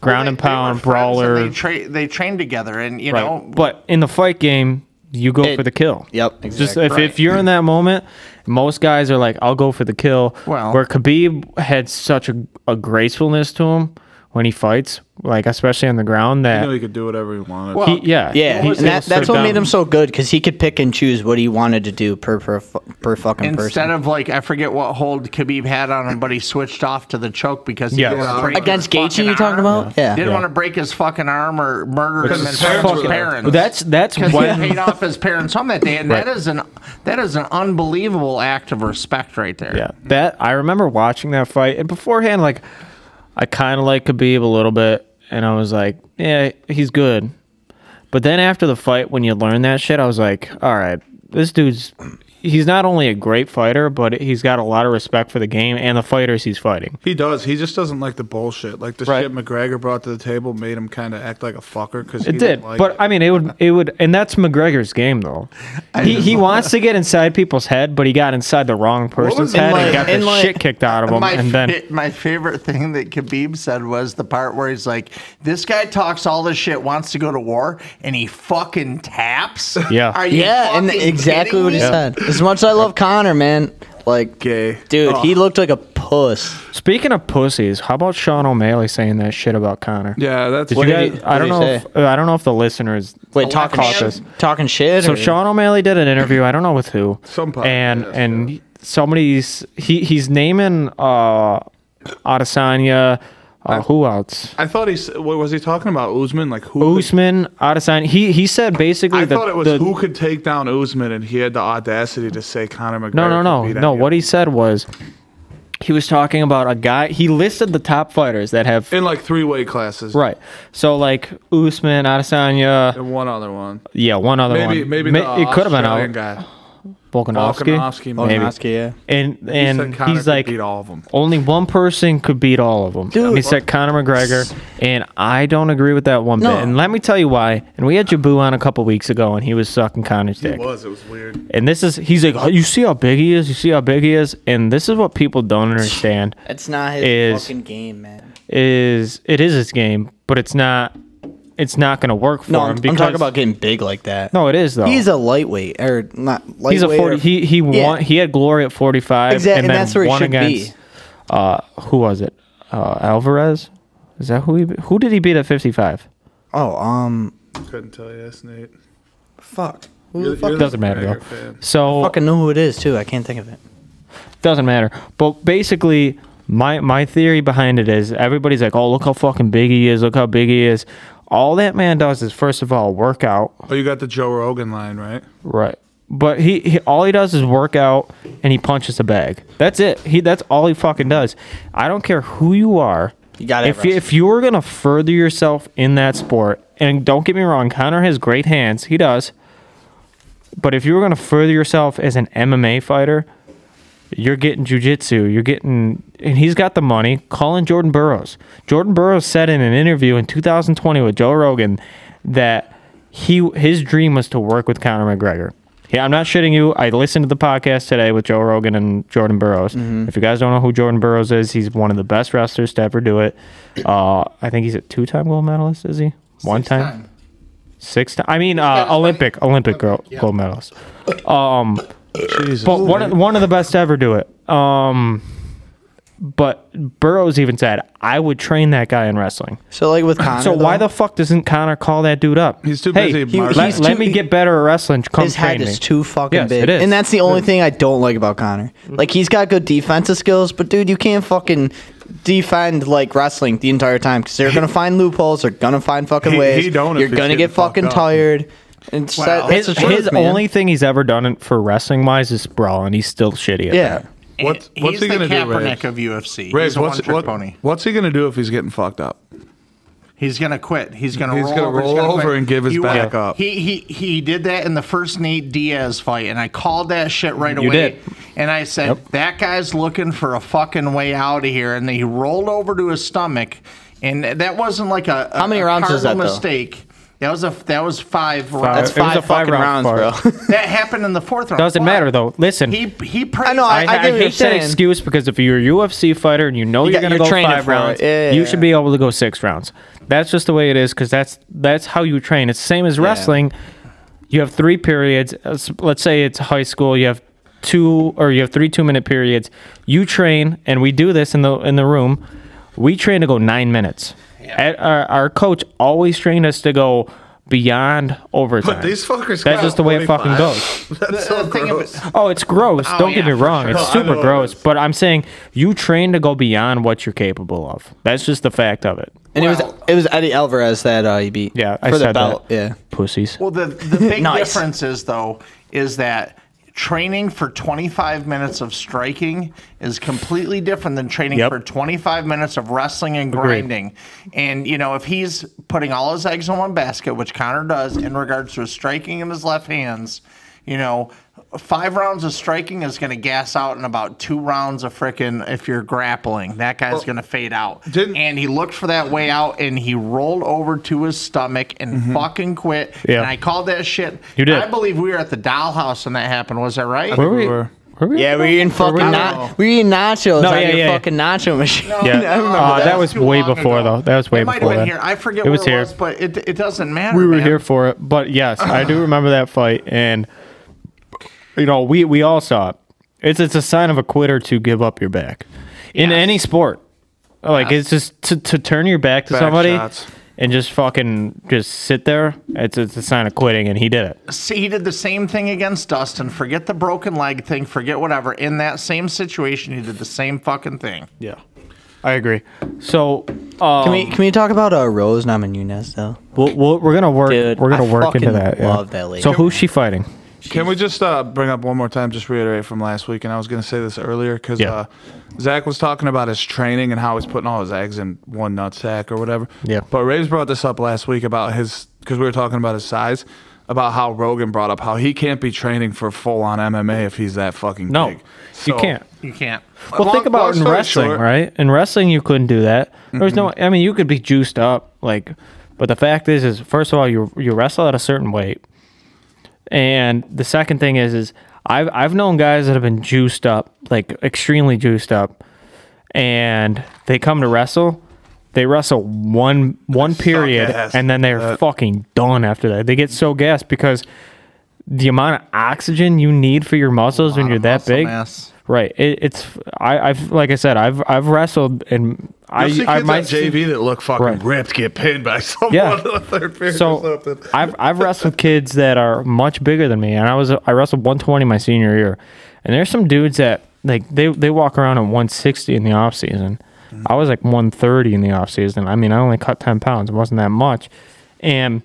ground
They-
and
they were
pound
friends and
brawler.
They, tra- they trained together, and you
Right.
know,
But in the fight game, you go
It-
for the kill.
Yep,
It's Just
exactly.
if, if you're in that moment, most guys are like, I'll go for the kill.
Well-
where Khabib had such a, a gracefulness to him when he fights, like especially on the ground,
You know
that
he could do whatever he wanted.
he, yeah,
Yeah,
he
and
was able
that,
to
that's
sit
what
down.
made him so good because he could pick and choose what he wanted to do per per, fu- per fucking
Instead
person.
of like, I forget what hold Khabib had on him, but he switched off to the choke because he
Yes.
didn't want to break
Against
his
Gaethje,
fucking
you talking
arm.
about? Yeah.
didn't
Yeah.
want to break his fucking arm or murder
Because
him in
his
front of his
parents were there.
parents.
That's that's
because he
when
paid off his parents' home that day, and that is an that is an unbelievable act of respect right there.
Yeah, that I remember watching that fight, and beforehand, like I kind of like Khabib a little bit, and I was like, yeah, he's good. But then after the fight, when you learn that shit, I was like, all right, this dude's he's not only a great fighter, but he's got a lot of respect for the game and the fighters he's fighting.
He does. He just doesn't like the bullshit. Like the
Right.
shit McGregor brought to the table made him kind of act like a fucker because
It did, but I mean, it would, it would, and that's McGregor's game, though. He, he wants to get inside people's head, but he got inside the wrong person's
in
head
like-
and got
in
the
like-
shit kicked out of him,
My,
and then
fa- my favorite thing that Khabib said was the part where he's like, "This guy talks all this shit, wants to go to war, and he fucking taps."
Yeah.
Are you
yeah, and
fucking
exactly
kidding
what he
me?
said. As much as I love Connor, man, like,
Gay. Oh.
dude, he
Ugh.
looked like a puss.
Speaking of pussies, how about Sean O'Malley saying that shit about Connor?
yeah, that's
Did you
did
guys?
he- what
I don't
did he
know. If, uh, I don't know if the listeners
Wait, talking
caught
shit,
this.
talking shit.
So
or-
Sean O'Malley did an interview. I don't know with who.
Some podcast,
and
yeah.
and somebody's he he's naming uh Adesanya. Uh, who else?
I thought he s- what was he talking about Usman? Like who?
Usman Adesanya. He he said basically
I
the,
thought it was
the-
who could take down Usman, and he had the audacity to say Conor McGregor.
no no no
could beat
no.
any
What
of
he said was he was talking about a guy. He listed the top fighters that have.
them. in like three weight classes,
Right, so like Usman, Adesanya,
And one other one,
Yeah, one other
maybe
one.
maybe
Ma-
the
it could have been
Australian
out.
guy
Volkanovski.
Volkanovski.
Oh,
maybe.
Noski, yeah.
And
He
and
said
he's,
Conor could
like,
beat all of them.
only one person could beat all of them.
Dude.
he said Conor McGregor, and I don't agree with that one
No.
bit. And let me tell you why. And we had Jabu on a couple weeks ago, and he was sucking Conor's dick.
It was it was weird.
And this is he's like, oh, you see how big he is. You see how big he is. And this is what people don't understand
That's not his
Is-
fucking game, man.
is it is his game, but it's not. It's not going to work for
No,
him.
I'm, I'm
because-
talking about getting big like that.
No, it is though.
he's a lightweight or not lightweight.
He's a
or-
forty. He he
Yeah.
won. He had glory at forty five,
Exact-
and
and
then
that's where he
won
should
against. Uh, who was it? Uh, Alvarez. Is that who he? be- Who did he beat at fifty five?
Oh, um,
Couldn't tell you this, Nate.
fuck. Who
You're-
the fuck?
you're the
Doesn't matter
McGregor
though.
fan.
So
fucking know who it is too. I can't think of it.
doesn't matter. But basically, my my theory behind it is everybody's like, oh look how fucking big he is. Look how big he is. All that man does is first of all work out.
Oh, you got the Joe Rogan line right.
Right. But he, he all he does is work out and he punches the bag. That's it. He that's all he fucking does. I don't care who you are.
You gotta have
if you,
wrestling.
if you were gonna further yourself in that sport, and don't get me wrong, Connor has great hands. He does. But if you were gonna further yourself as an MMA fighter, you're getting jujitsu. You're getting, and he's got the money. Calling Jordan Burroughs. Jordan Burroughs said in an interview in 2020 with Joe Rogan that he his dream was to work with Conor McGregor. Yeah, I'm not shitting you. I listened to the podcast today with Joe Rogan and Jordan Burroughs.
Mm-hmm.
If you guys don't know who Jordan Burroughs is, he's one of the best wrestlers to ever do it. Uh, I think he's a two-time gold medalist. Is he? One time.
time.
Six time. I mean, uh,
his
Olympic, Olympic girl, gold medalist. Um, but one, one of the best to ever do it. Um, but Burroughs even said, I would train that guy in wrestling.
So like with Connor,
so why
though,
the fuck doesn't Connor call that dude up?
He's too busy He-
let,
marketing.
he's
let
too-
me get better at wrestling. Come
his head
train
is
me.
too fucking
Yes,
big,
it is.
and that's the only thing I don't like about Connor. Like he's got good defensive skills, but dude, you can't fucking defend like wrestling the entire time because they're gonna find loopholes. They're gonna find fucking
He-
ways.
he don't if
You're
he's
gonna get
getting fucked
fucking
up.
tired. And it's that- that's
his,
the truth,
his
man.
only thing he's ever done in- for wrestling wise is sprawl, and he's still shitty at
yeah.
that.
What's
He's
what's he
the
gonna do,
Kaepernick
Ray?
of UFC.
Ray,
he's a
what's
one-trick
what,
pony.
what's he gonna do if he's getting fucked up?
He's gonna quit. He's gonna
He's
roll
gonna
over,
roll
gonna
over
quit.
and give his
He wa-
back up.
He he he did that in the first Nate Diaz fight, and I called that shit right away.
did.
And I said that guy's looking for a fucking way out of here, and he rolled over to his stomach, and that wasn't like a, a
How many
a
rounds is
cardinal
that, though?
mistake. That was a that was five,
That's
rounds.
That's
It was
five,
a five
fucking
round
rounds,
fight.
bro.
That happened in the fourth round.
Doesn't
But
matter though. Listen,
He he.
I know,
I, I,
I get what you're
hate that
saying.
excuse because if you're a UFC fighter and you know
You
you are
got-
gonna
you're
go
training
five
for it.
rounds,
Yeah, yeah,
you
yeah.
should be able to go six rounds. That's just the way it is because that's that's how you train. It's the same as wrestling. you have three periods. Uh, s- Let's say it's high school. You have two or you have three two minute periods. You train, and we do this in the in the room. We train to go nine minutes. At- our, our coach always trained us to go beyond overtime.
These fuckers.
That's
got
just the way it fucking
25.
goes.
That's so
thing of it-
gross.
Oh, it's gross. Don't get
yeah,
me
for
wrong.
No,
It's
I
super
know it
gross.
is.
But I'm saying you train to go beyond what you're capable of. That's just the fact of it.
And it
Well-
was it was Eddie Alvarez that uh, he beat.
Yeah, I
for
said
the belt.
that.
Yeah.
Pussies.
Well, the, the big
Nice.
difference is, though, is that training for 25 minutes of striking is completely different than training
Yep.
for 25 minutes of wrestling and grinding. And, you know, if he's putting all his eggs in one basket, which Connor does in regards to his striking in his left hands, you know, five rounds of striking is going to gas out in about two rounds of frickin' if you're grappling. That guy's going to fade out.
didn't-
and he looked for that way out and he rolled over to his stomach and fucking quit.
Mm-hmm. Yeah.
And I called that shit.
You did.
I believe we were at the dollhouse when that happened. Was that right?
Were we?
were.
Were we
Yeah, we were eating
Were we-
know.
fucking na- we were eating nachos
No,
out of
yeah,
your
yeah, yeah.
fucking nacho machine.
Yeah.
I remember
Uh, that was
too
way
long
before,
ago.
though. That was way
it might
before
have been
then.
here. I forget
It
it
was
was where
here.
it was, but it, it doesn't matter.
we were
man.
here for it. But yes, I do remember that fight, and you know, we we all saw it. It's it's a sign of a quitter to give up your back in
Yes.
any sport. Like it's just to, to turn your back to
Back
somebody
shots.
and just fucking just sit there. It's it's a sign of quitting, and he did it.
See, he did the same thing against Dustin. Forget the broken leg thing. Forget whatever. In that same situation, he did the same fucking thing.
Yeah, I agree. So. Um,
Can we can we talk about uh, Rose Namajunas though?
we'll, we'll, we're gonna work.
Dude,
we're gonna
I
work into
fucking
that. yeah.
love that lady.
So who's she fighting?
Can we just uh, bring up one more time? Just reiterate from last week, and I was going to say this earlier because
Yeah.
uh, Zach was talking about his training and how he's putting all his eggs in one nutsack or whatever.
Yeah.
But Raves brought this up last week about his because we were talking about his size, about how Rogan brought up how he can't be training for full on MMA if he's that fucking
No,
big.
you can't.
You can't.
Well,
Long-
think
long
about in
story
wrestling,
short- Mm-hmm.
right? In wrestling, you couldn't do that. There's no. I mean, you could be juiced up, like, but the fact is, is first of all, you you wrestle at a certain weight, and the second thing is, is I've I've known guys that have been juiced up, like extremely juiced up, and they come to wrestle. They wrestle one one period,
ass
and then they're fucking done after that. They get so gassed because the amount of oxygen you need for your muscles when
lot
you're
of
that
muscle
big.
mass.
Right. It, it's I, I've like I said I've I've wrestled and I
You'll see
I
kids
might
on JV that look fucking
Right.
ripped get pinned by someone
Yeah.
in the third period or
so
something.
I've I've wrestled kids that are much bigger than me and I was I wrestled 120 my senior year and there's some dudes that like they they walk around at 160 in the off season.
Mm-hmm.
I was like 130 in the off season. I mean I only cut 10 pounds. It wasn't that much, and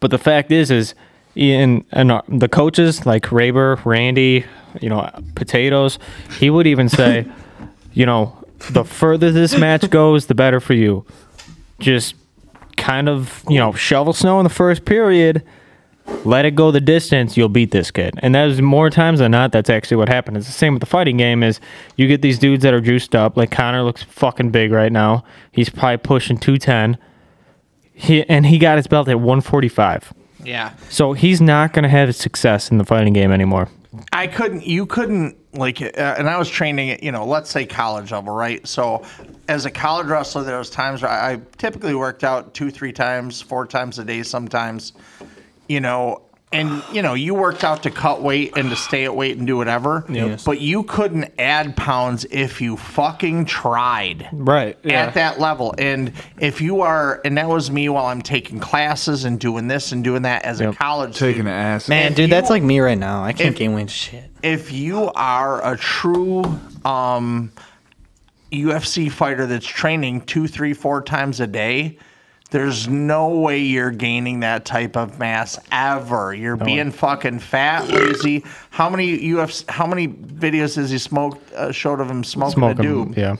But the fact is, is in and uh, the coaches like Raber, Randy, you know, potatoes. He would even say, you know, the further this match goes, the better for you. Just kind of you know shovel snow in the first period. Let it go the distance, you'll beat this kid. And that is more times than not, that's actually what happened. It's the same with the fighting game is you get these dudes that are juiced up. Like Connor looks fucking big right now. He's probably pushing 210. He, and he got his belt at 145.
Yeah.
So he's not going to have success in the fighting game anymore.
I couldn't. You couldn't like. Uh, and I was training at you know, let's say college level, right? So, as a college wrestler, there was times where I, I typically worked out two, three times, four times a day, sometimes. You know, and you know, you worked out to cut weight and to stay at weight and do whatever. But you couldn't add pounds if you fucking tried
Right.
at that level. And if you are, and that was me while I'm taking classes and doing this and doing that as a
Yep.
college
Taking an
student
ass.
Man,
If
dude, that's
you-
like me right now. I can't
if-
gain weight shit.
if you are a true um, UFC fighter that's training two, three, four times a day, there's no way you're gaining that type of mass ever. You're being fucking fat, lazy. How many UFC? How many videos has he smoked? Uh, showed of him smoking,
Smoke
a
'em.
doob,
Yeah.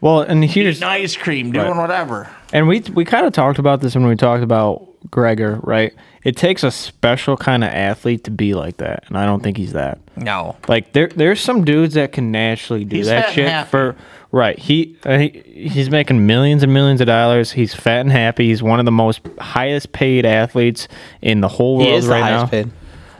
Well, and here's
eating ice cream, doing
Right.
whatever.
and we we kind of talked about this when we talked about Gregor, right? It takes a special kind of athlete to be like that, and I don't think he's that.
No,
Like there there's some dudes that can naturally do
He's fat
that
and
shit
happy.
for right. He, uh, he he's making millions and millions of dollars. He's fat and happy. He's one of the most highest paid athletes in the whole
He
world
is the
right now.
highest paid.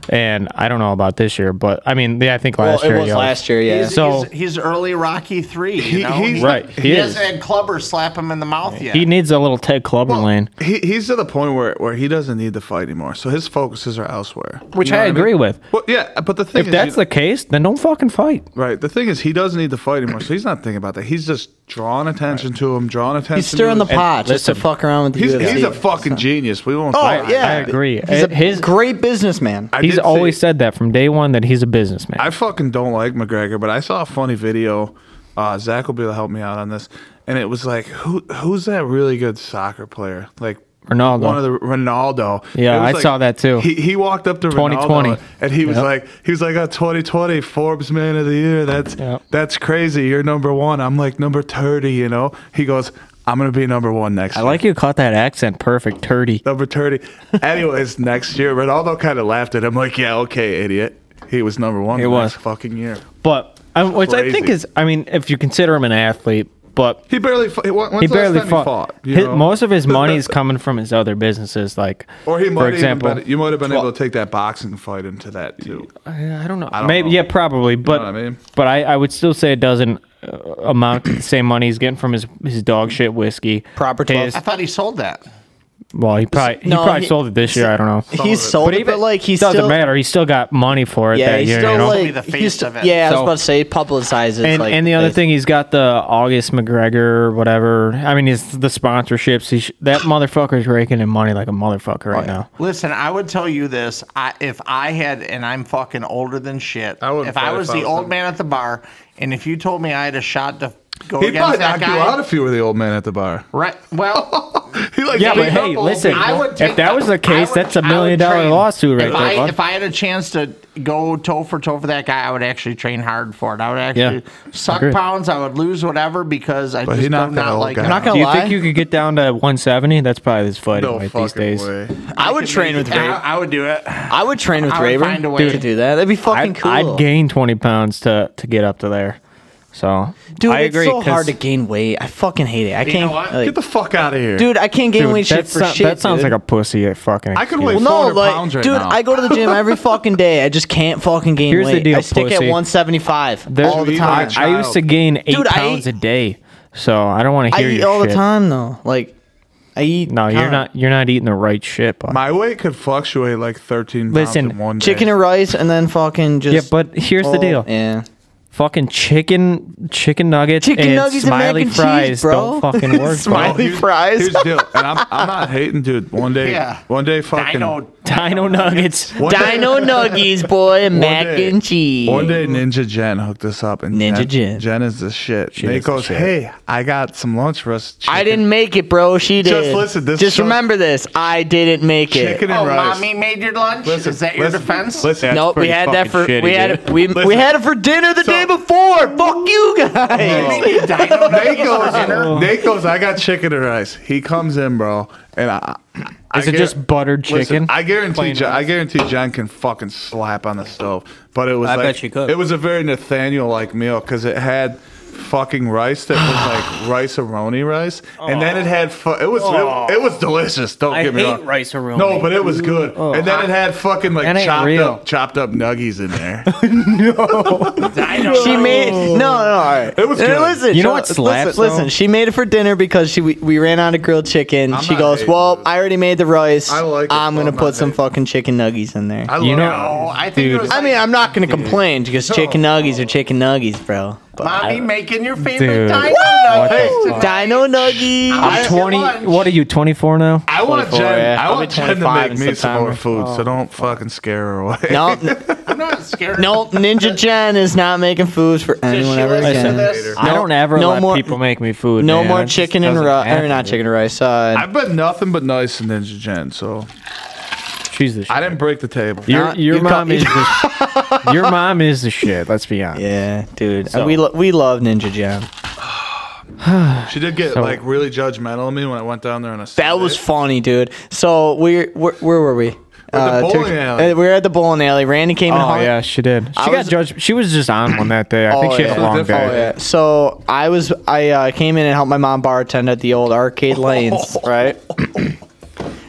And I don't know about this year, but I mean, yeah, I think
Well,
last
it
year.
was
yeah.
last year, yeah.
He's,
So-
he's, he's early Rocky three. You
He-
know?
he's-
Right, he
He,
is.
hasn't had Clubber slap him in the mouth yet.
He needs a little Ted Clubber lane,
He, he's to the point where, where he doesn't need the fight anymore. So his focuses are elsewhere.
which
You know
I
what mean?
agree with.
Well, yeah, but the thing
If
is,
that's
you-
the case, then don't fucking fight.
right, the thing is, he doesn't need the fight anymore. So he's not thinking about that. He's just drawing attention to him, drawing attention.
He's stirring
to
the
his-
pot just to
listen,
fuck around with the
He's,
UFC.
he's a fucking genius. We won't.
Oh,
fight.
yeah.
I agree.
He's a
His-
great businessman.
I
He's
did see-
always said that from day one that he's a businessman.
I fucking don't like McGregor, but I saw a funny video. Uh, Zach will be able to help me out on this, and it was like, who who's that really good soccer player? Like
Ronaldo.
one of the Ronaldo.
Yeah,
It was
I saw that too.
He, he walked up to
2020.
Ronaldo, and he was
Yep.
like, he was like, oh, 2020 Forbes Man of the Year. That's
Yep.
that's crazy. You're number one. I'm like number thirty. You know. He goes, I'm gonna be number one next.
I like you caught that accent perfect, turdy.
number thirty. Anyways, next year Ronaldo kind of laughed at him like, yeah, okay, idiot. He was number one.
He
the
was.
next fucking year.
But I, which I think
Crazy.
is, I mean, if you consider him an athlete, but
He barely. Fought. When's
he
the last
barely
time
fought.
He fought you
His-
know?
most of his money is coming from his other businesses, like
Or he might
for
have
example.
Even been, you might have been able to take that boxing fight into that too.
I I don't know.
don't
Maybe
know.
yeah, probably. But
what I mean?
but I, I would still say it doesn't uh, amount to the same money he's getting from his his dog shit whiskey.
Proper
His-
I thought he sold that.
well, he probably he
No,
probably
he-
sold it this year. I don't know.
He's sold it, but like he's
doesn't
still
matter. He still got money for it
yeah,
that
he's
year.
still
you know?
He'll
like
be the
he's
face
still,
of it.
yeah. I
So-
was about to say publicizes
and,
like,
and the other
they-
thing, he's got the August McGregor, whatever. I mean, it's the sponsorships. He sh- that motherfucker's raking in money like a motherfucker
Oh,
right now.
Listen, I would tell you this: I, if I had, and I'm fucking older than shit.
I wouldn't
if I
fight
was
if I
the
was
old
him.
man at the bar, and if you told me I had a shot to go
He
against
probably
that
knocked
guy,
you out if you were the old man at the bar.
right? Well,
He like
Yeah, but
picked
hey,
up a
listen.
little
I would
If
take
that was the case,
I would-
that's a
I would
million dollar
train.
lawsuit right
if
there,
I,
bud.
if I had a chance to go toe for toe for that guy, I would actually train hard for it. I would actually
Yeah.
suck
Agreed.
pounds. I would lose whatever because I
he
just do
knocked that
not
old
like.
guy
him.
out.
gonna
Do you
lie.
think you could get down to 170? That's probably his fighting
No
weight
fucking
these days.
way.
I would
could
train
make
with
it. I-
Raven.
I would do it.
I would train with
I would
Raven
find a way.
to do that. That'd be fucking
I'd,
cool.
I'd gain 20 pounds to to get up to there. So
Dude,
I agree.
it's so hard
'cause-
to gain weight. I fucking hate it. I
know
can't.
what?
like-
Get the fuck out of here,
dude, I can't gain
Dude,
weight
that,
shit for
so-
shit.
that sounds
dude.
like a pussy. At fucking.
I could
excuse.
wait-
Well,
400
no, like,
pounds right
dude,
now.
I go to the gym every fucking day. I just can't fucking gain
Here's the
weight.
deal,
I stick
pussy.
at 175
There-
all the
You are
time.
a
I, I used to
child.
gain eight
Dude, I
pounds
eat-
a day, so I don't want to
I
hear
eat
your
all the
shit.
time though. Like, I eat.
No, you're
time.
not. You're not eating the right shit. Bud.
My weight could fluctuate like thirteen.
Listen,
pounds in one day.
Chicken and rice, and then fucking just.
yeah, but here's the
Oh,
deal.
Yeah.
Fucking chicken, chicken nuggets,
Chicken
and
nuggets and mac
smiley
and cheese,
fries
bro.
don't fucking work.
Smiley-
bro.
here's-
fries.
Here's the deal, and I'm, I'm not hating, dude. One day,
Yeah.
one day, fucking.
Dino.
Dino nuggets.
One day-
Dino nuggies, boy, and
One
mac
day-
and cheese.
One day, Ninja Jen hooked us up, and
Ninja
Jen,
Jen.
Jen is the shit.
is
Nate
the
goes,
shit.
"Hey, I got some lunch for us."
I
chicken-
didn't make it, bro. She did.
Just listen, this
Just
shows-
remember this. I didn't make it.
chicken and
Oh,
rice.
mommy made your lunch.
Listen,
Is that your
listen,
defense?
Listen,
Nope, we
pretty
had that
fucking
for
shitty,
we had
dude.
it, we, we
Listen.
had it for dinner the
So-
day before. Fuck you guys.
Maybe dino
Nate goes,
dinner.
Nate goes, I got chicken and rice. He comes in, bro, and I. I
Is it
guar-
just buttered
Listen,
chicken?
I guarantee.
Plain
John, I
rice?
guarantee John can fucking slap on the stove. But it was.
I
like,
bet you could.
It was a very Nathaniel like meal because it had fucking rice that was like rice aroni rice, and then it had. Fu- it was. It, it was delicious. Don't
I
get me
hate
wrong.
rice-a-roni.
No, but it was good. And then it had fucking like
That ain't
chopped
real.
up, chopped up nuggies in there.
Dino.
She made no, no, no, all right.
Oh. It was
No,
good.
Listen,
You know
Sean,
what slaps,
Listen, listen,
though?
she made it for dinner because she we, we ran out of grilled chicken.
I'm
she
not
goes,
hating
"Well,
this.
I already made the rice.
I like it,
I'm
but
gonna
I'm not
put some
hating.
fucking chicken nuggies in there."
I
I,
love
You know-
No, I think it
Dude.
was.
mean, I'm not gonna complain because chicken
Oh.
nuggies are chicken nuggies, bro. But
Mommy making your favorite
Dude.
dino
What the
nuggets.
fuck?
Dino nuggies.
I-
I'm 20.
lunch.
What are you? 24 now?
I want
24,
Jen.
yeah. Oh,
I
I'll
want
be
Jen to
25
make
in
me some more
September.
food, so don't fucking scare her away.
no, n-
I'm not scared.
no, Ninja Jen is not making foods for anyone
she
ever
listen to
again.
this?
I don't ever
no
let
more-
people make me food.
No
man.
more
It just
chicken and
doesn't
rice, or
happen,
not
dude.
chicken and rice. Uh,
I've been nothing but nice in Ninja Jen, so
She's the.
I
shit.
didn't break the table.
Your,
Nah,
your
you
mom
can't-
is the. sh- your mom is the shit. Let's be honest.
yeah, dude,
So-
we lo- we love Ninja Jen.
She did get
So-
like really judgmental of me when I went down there on a.
That was funny, dude. So we where, where were we?
at the
Uh,
bowling
Turk-
alley.
uh, we were at the bowling alley. Randy came in.
Oh
hung-
yeah, she did. She
I
got
was-
judged. She was just on one that day. I think
Oh,
she had
yeah.
a long
Different-
day.
oh,
Yeah, So I was I uh, came in and helped my mom bartend at the old arcade lanes, right?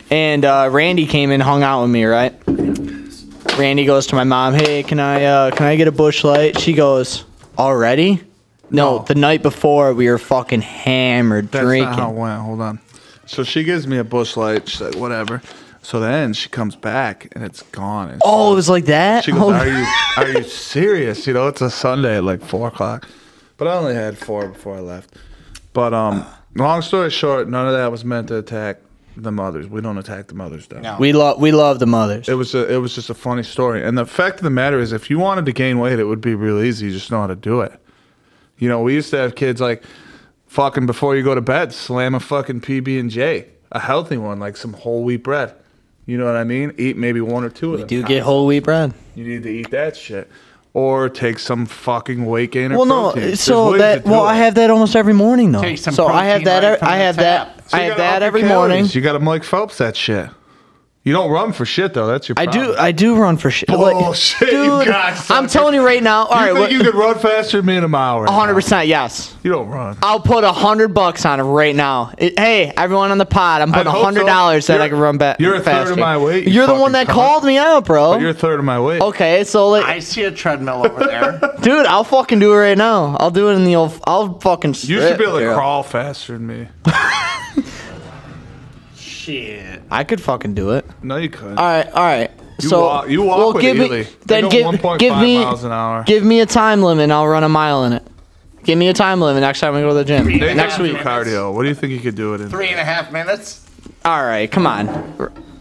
And uh, Randy came in, hung out with me, right? Randy goes to my mom, "Hey, can I uh, can I get a bush light?" She goes, "Already?" No,
No.
the night before we were fucking hammered
That's
drinking.
not how it went. Hold on. So she gives me a bush light. She's like, whatever. So then she comes back and it's gone. And
oh, it was like that.
she goes,
Oh,
are you are you serious? You know, it's a Sunday at like four o'clock. But I only had four before I left. But um, long story short, none of that was meant to attack the mothers. We don't attack the mothers though.
No.
we love we love the mothers.
It was a, it was just a funny story. And the fact of the matter is, if you wanted to gain weight, it would be real easy. You just know how to do it. You know, we used to have kids like fucking before you go to bed, slam a fucking PB and J, a healthy one, like some whole wheat bread. You know what I mean? Eat maybe one or two of them.
Do get whole wheat bread.
You need to eat that shit, or take some fucking weight gainer.
Well, no.
protein. There's
So
ways
that
to do
well,
it.
I have that almost every morning though.
Take some
so I have
protein
that.
right
ev-
from
I
the
have
tap.
that.
So
I
you
have
gotta up
that
your
every
calories.
morning.
You got to Mike Phelps that shit. You don't run for shit though. That's your.
I
problem.
do. I do run for shit. Like,
Bullshit, you
dude.
cocksucker.
I'm telling you right now. All
you
right,
think
what-
you could run faster than me in a mile? Right now?
100% yes.
You don't run.
I'll put a hundred bucks on it right now. It- hey, everyone on the pod, I'm
I'd
putting a
hope
hundred dollars
so.
that I
You're-
can run back.
you're a third of my weight, you
You're the
fucking
one that
cunt.
called me out, bro.
You're a third of my weight.
Um, okay, so like,
I see a treadmill over there.
dude, I'll fucking do it right now. I'll do it in the old. I'll fucking.
You should be able to
strip, dude.
crawl faster than me.
Shit.
I could fucking do it.
No, you couldn't.
All right, all right.
You
so
walk- you walk
well,
with
give
Ely.
me
You
then
go
give
1.5
give me
miles an hour.
give me a time limit. and I'll run a mile in it. Give me a time limit next time we go to the gym.
Three.
Nathan,
Next
do
week.
cardio. What do you think you could do it in?
Three and a half minutes.
All right, come on,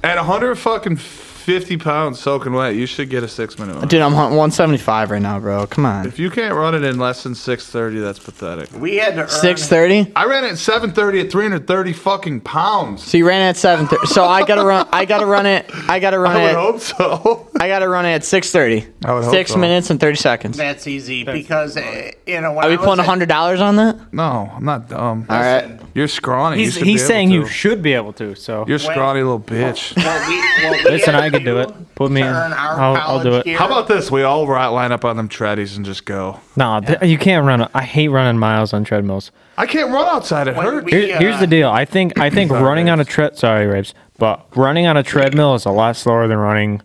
At 100 fucking 50 pounds soaking wet, you should get a six minute. Run.
dude. I'm hunting 175 right now, bro. Come on.
If you can't run it in less than 6:30, that's pathetic.
We had to earn.
Six thirty.
I ran it at 7:30 at 330 fucking pounds.
So you ran at seven thirty. So I gotta run. I gotta run it. I gotta run
I would
it.
hope so.
I gotta run it at six thirty.
I would hope
Six
so.
minutes and thirty seconds. Are
That's easy because uh, you know when I
we
was
putting
at-
hundred dollars on that?
no, I'm not dumb.
All right.
You're scrawny.
He's,
you should be
he's
able
saying
to.
you should be able to. So
You're scrawny little bitch.
What we, what we
listen,
had
I
to
can do it. Put me
to
in.
earn our
I'll, I'll
college
do it.
year-
How about this? We all ri- line up on them treadies and just go.
Nah, th- you can't run. a- I hate running miles on treadmills.
I can't run outside. It
When
hurts.
we,
Here- Here's
uh,
the deal. I think I think running on a tread. Sorry, Raves, but running on a treadmill is a lot slower than running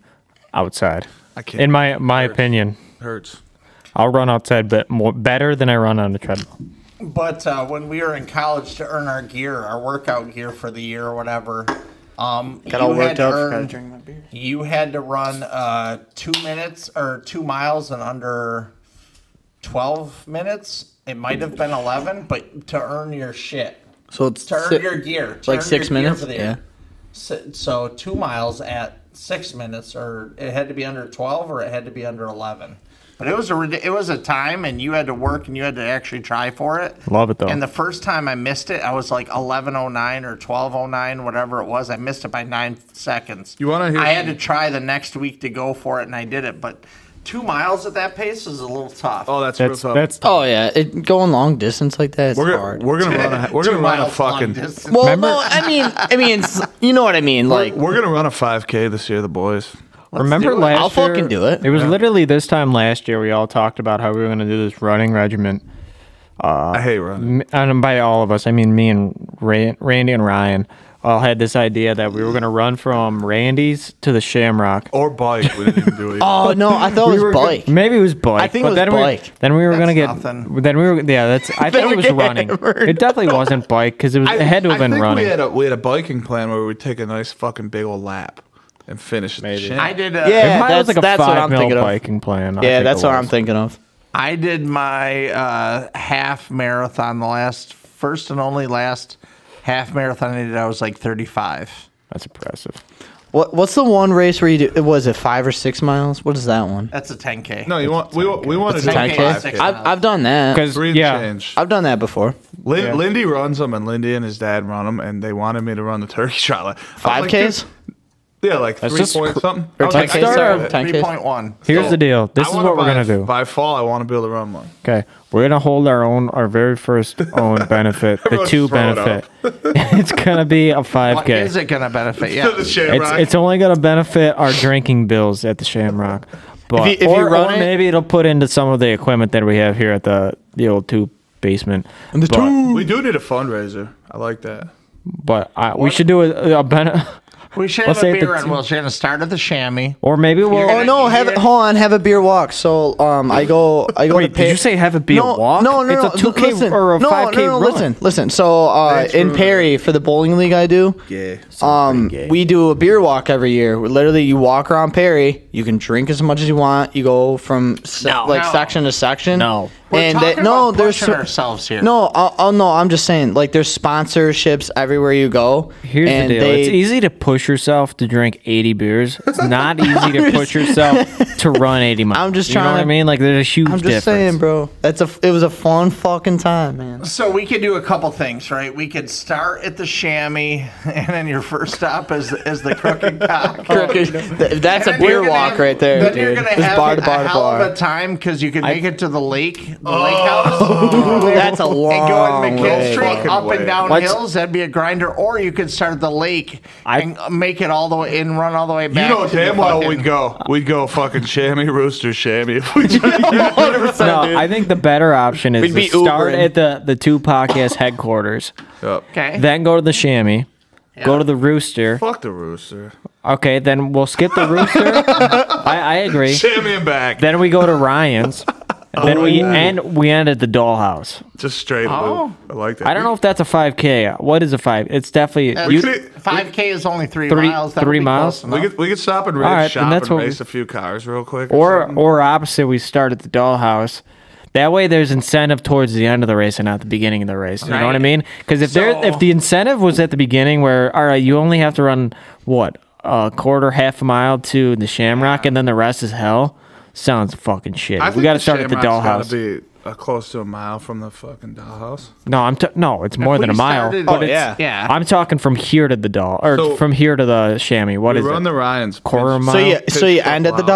outside.
I can't.
In my my opinion,
hurts.
I'll run outside, but more better than I run on a treadmill.
But uh, when we were in college to earn our gear, our workout gear for the year or whatever, um, you had to earn-
my beer.
You had to run uh, two minutes or two miles in under twelve minutes. It might have been eleven, but to earn your shit,
So it's
to earn
si-
your gear, to
like
earn
six
your gear
minutes?
for the
Yeah.
So, so two miles at six minutes, or it had to be under twelve, or it had to be under eleven. But it was a rid- it was a time, and you had to work, and you had to actually try for it.
Love it, though.
And the first time I missed it, I was like eleven oh nine or twelve oh nine, whatever it was. I missed it by nine seconds.
You wanna hear
I had
some-
to try the next week to go for it, and I did it. But two miles at that pace is a little tough.
Oh, that's
That's
that's.
that's.
Oh yeah, it, going long distance like that is
we're
hard.
gonna, we're gonna run. A, we're gonna
Two
run a
miles long
fucking.
distance.
well, no, I mean, I mean, it's, you know what I mean. Like,
We're gonna run a 5K this year, the boys.
Remember
do it.
last
I'll
year?
fucking do it.
It was literally this time last year we all talked about how we were going to do this running regimen. Uh,
I hate running.
M- and by all of us, I mean me and Ran- Randy and Ryan all had this idea that we were going to run from Randy's to the Shamrock.
Or bike. We didn't even do it.
oh no, I thought it was bike.
Maybe it was bike.
I think it
but
was
then
bike.
We, then we were going to get.
nothing.
Then we were. Yeah, that's. I
Then
think
we
it was
get
running.
hammered.
It definitely wasn't bike because it was. it had to have
I
been
think We
running.
had, a, we had a biking plan where we'd take a nice fucking big old lap and finish at the
Maybe.
gym.
I did. Uh,
Yeah.
It probably was
that's-
like a
that's what I'm
five mil
thinking of.
biking plan. I
Yeah,
think
that's
it
what
was.
I'm thinking of.
I did my uh, half marathon, the last first and only last half marathon I did. I was like 35.
That's impressive.
What What's the one race where you do? Was it five or six miles? What is that one?
That's a 10K.
no, you want we we want to do
10K.
5K.
I-
I've I've done that.
Because
Three and
yeah,
change.
I've done that before.
Lin-
Yeah.
Lindy runs them, and Lindy and his dad run them, and they wanted me to run the turkey trot. Like, I
Five
was like,
Ks.
dude, Yeah, like three
just
point
cr-
something.
or
I was like,
10K,
I can't
sorry,
do it.
10K.
3.1.
here's
So,
the deal. This
I
is
wanna
what we're
by-
gonna do.
By fall, I want to be able to run one.
Okay, we're gonna hold our own, our very first own benefit, the
Everyone's
two
throwing
benefit. it's gonna be a five
What
k.
is it going to benefit?
To the
Yeah.
It's
Shamrock.
it's only gonna benefit our drinking bills at the Shamrock, but
If you- if you
or,
run
or
it-
maybe it'll put into some of the equipment that we have here at the the old two basement. The but,
we do need a fundraiser. I like that.
but I, we should do a, a benefit.
We should have
Let's
a
say at the
beer and
team-
we'll should have started the chamois.
Or maybe we'll.
Oh no! Have it. Hold on. Have a beer walk. So um, I go. I go
Wait,
to
did
pay.
you say have a beer
no,
walk?
No, no,
It's
no.
a 2K
listen,
or a
no,
5K
No, no,
run.
Listen, listen. So uh, in Perry for the bowling league I do,
Yeah.
um, we do a beer walk every year. Where literally, you walk around Perry. You can drink as much as you want. You go from se-
No.
like
No.
section to section.
No.
We're
and
talking
that, no,
about
there's
pushing
cer-
ourselves here.
No, oh, oh no, I'm just saying. Like there's sponsorships everywhere you go.
Here's
and
the deal.
They,
it's easy to push yourself to drink 80 beers. It's not easy to push yourself to run 80 miles.
I'm just
You know
trying
what I
to-
mean? Like, there's a huge
I'm just
difference.
saying, bro. That's a. It was a fun fucking time, man.
So we could do a couple things, right? We could start at the chamois, and then your first stop is is the crooked cock.
Th- That's a
And then you're
beer
gonna
walk
have-
right there,
Then
dude.
you're gonna
It's
have
bar to bar
a
to
hell of
bar.
a time because you can make it to the lake, the lake house,
That's a
and go in
long
McKill
way.
Street
Fucking
up and
way.
down
Let's-
hills. That'd be a grinder. Or you could start at the lake
I-
and make it all the way and run all the way
You
back.
know
to the
damn well
fucking-
we'd go. We'd go fucking chamois rooster chamois. if we just-
No, I think the better option is
We'd be
to start
Ubering.
at the, the two podcast headquarters,
Yep.
Okay.
then go to the chamois, go
Yeah.
to the rooster.
Fuck the rooster.
Okay, then we'll skip the rooster. I, I agree.
Chamois and back.
Then we go to Ryan's. And then
Oh,
we end we end at the dollhouse.
just straight
Oh.
loop. I like that.
I don't know if that's a 5K. What is a 5? It's definitely
Uh,
you,
Five K is only three,
Three-
miles. That'll
three
be
miles?
close
We
enough.
could we could stop and race
All right, then
shop
that's
and
what we-
race a few cars real quick.
or
something.
or opposite we start at the dollhouse that way there's incentive towards the end of the race and not the beginning of the race you know what i
Right.
mean because if there if
So-
the incentive was at the beginning where all right you only have to run what a quarter half a mile to the shamrock and then the rest is hell sounds fucking shit
I
we
think
got to start at the
Shamrock's gotta
dollhouse
Be uh, close to a mile from the fucking dollhouse.
no i'm t- no it's more
If
than a
we
mile
started-
but
Oh,
it's,
yeah. Yeah.
i'm talking from here to the doll or
So-
from here to the chamois What
We
is
run
it
the Ryan's.
Quarter
pitch-
mile.
So you so you
Pitch
end at the
dollhouse.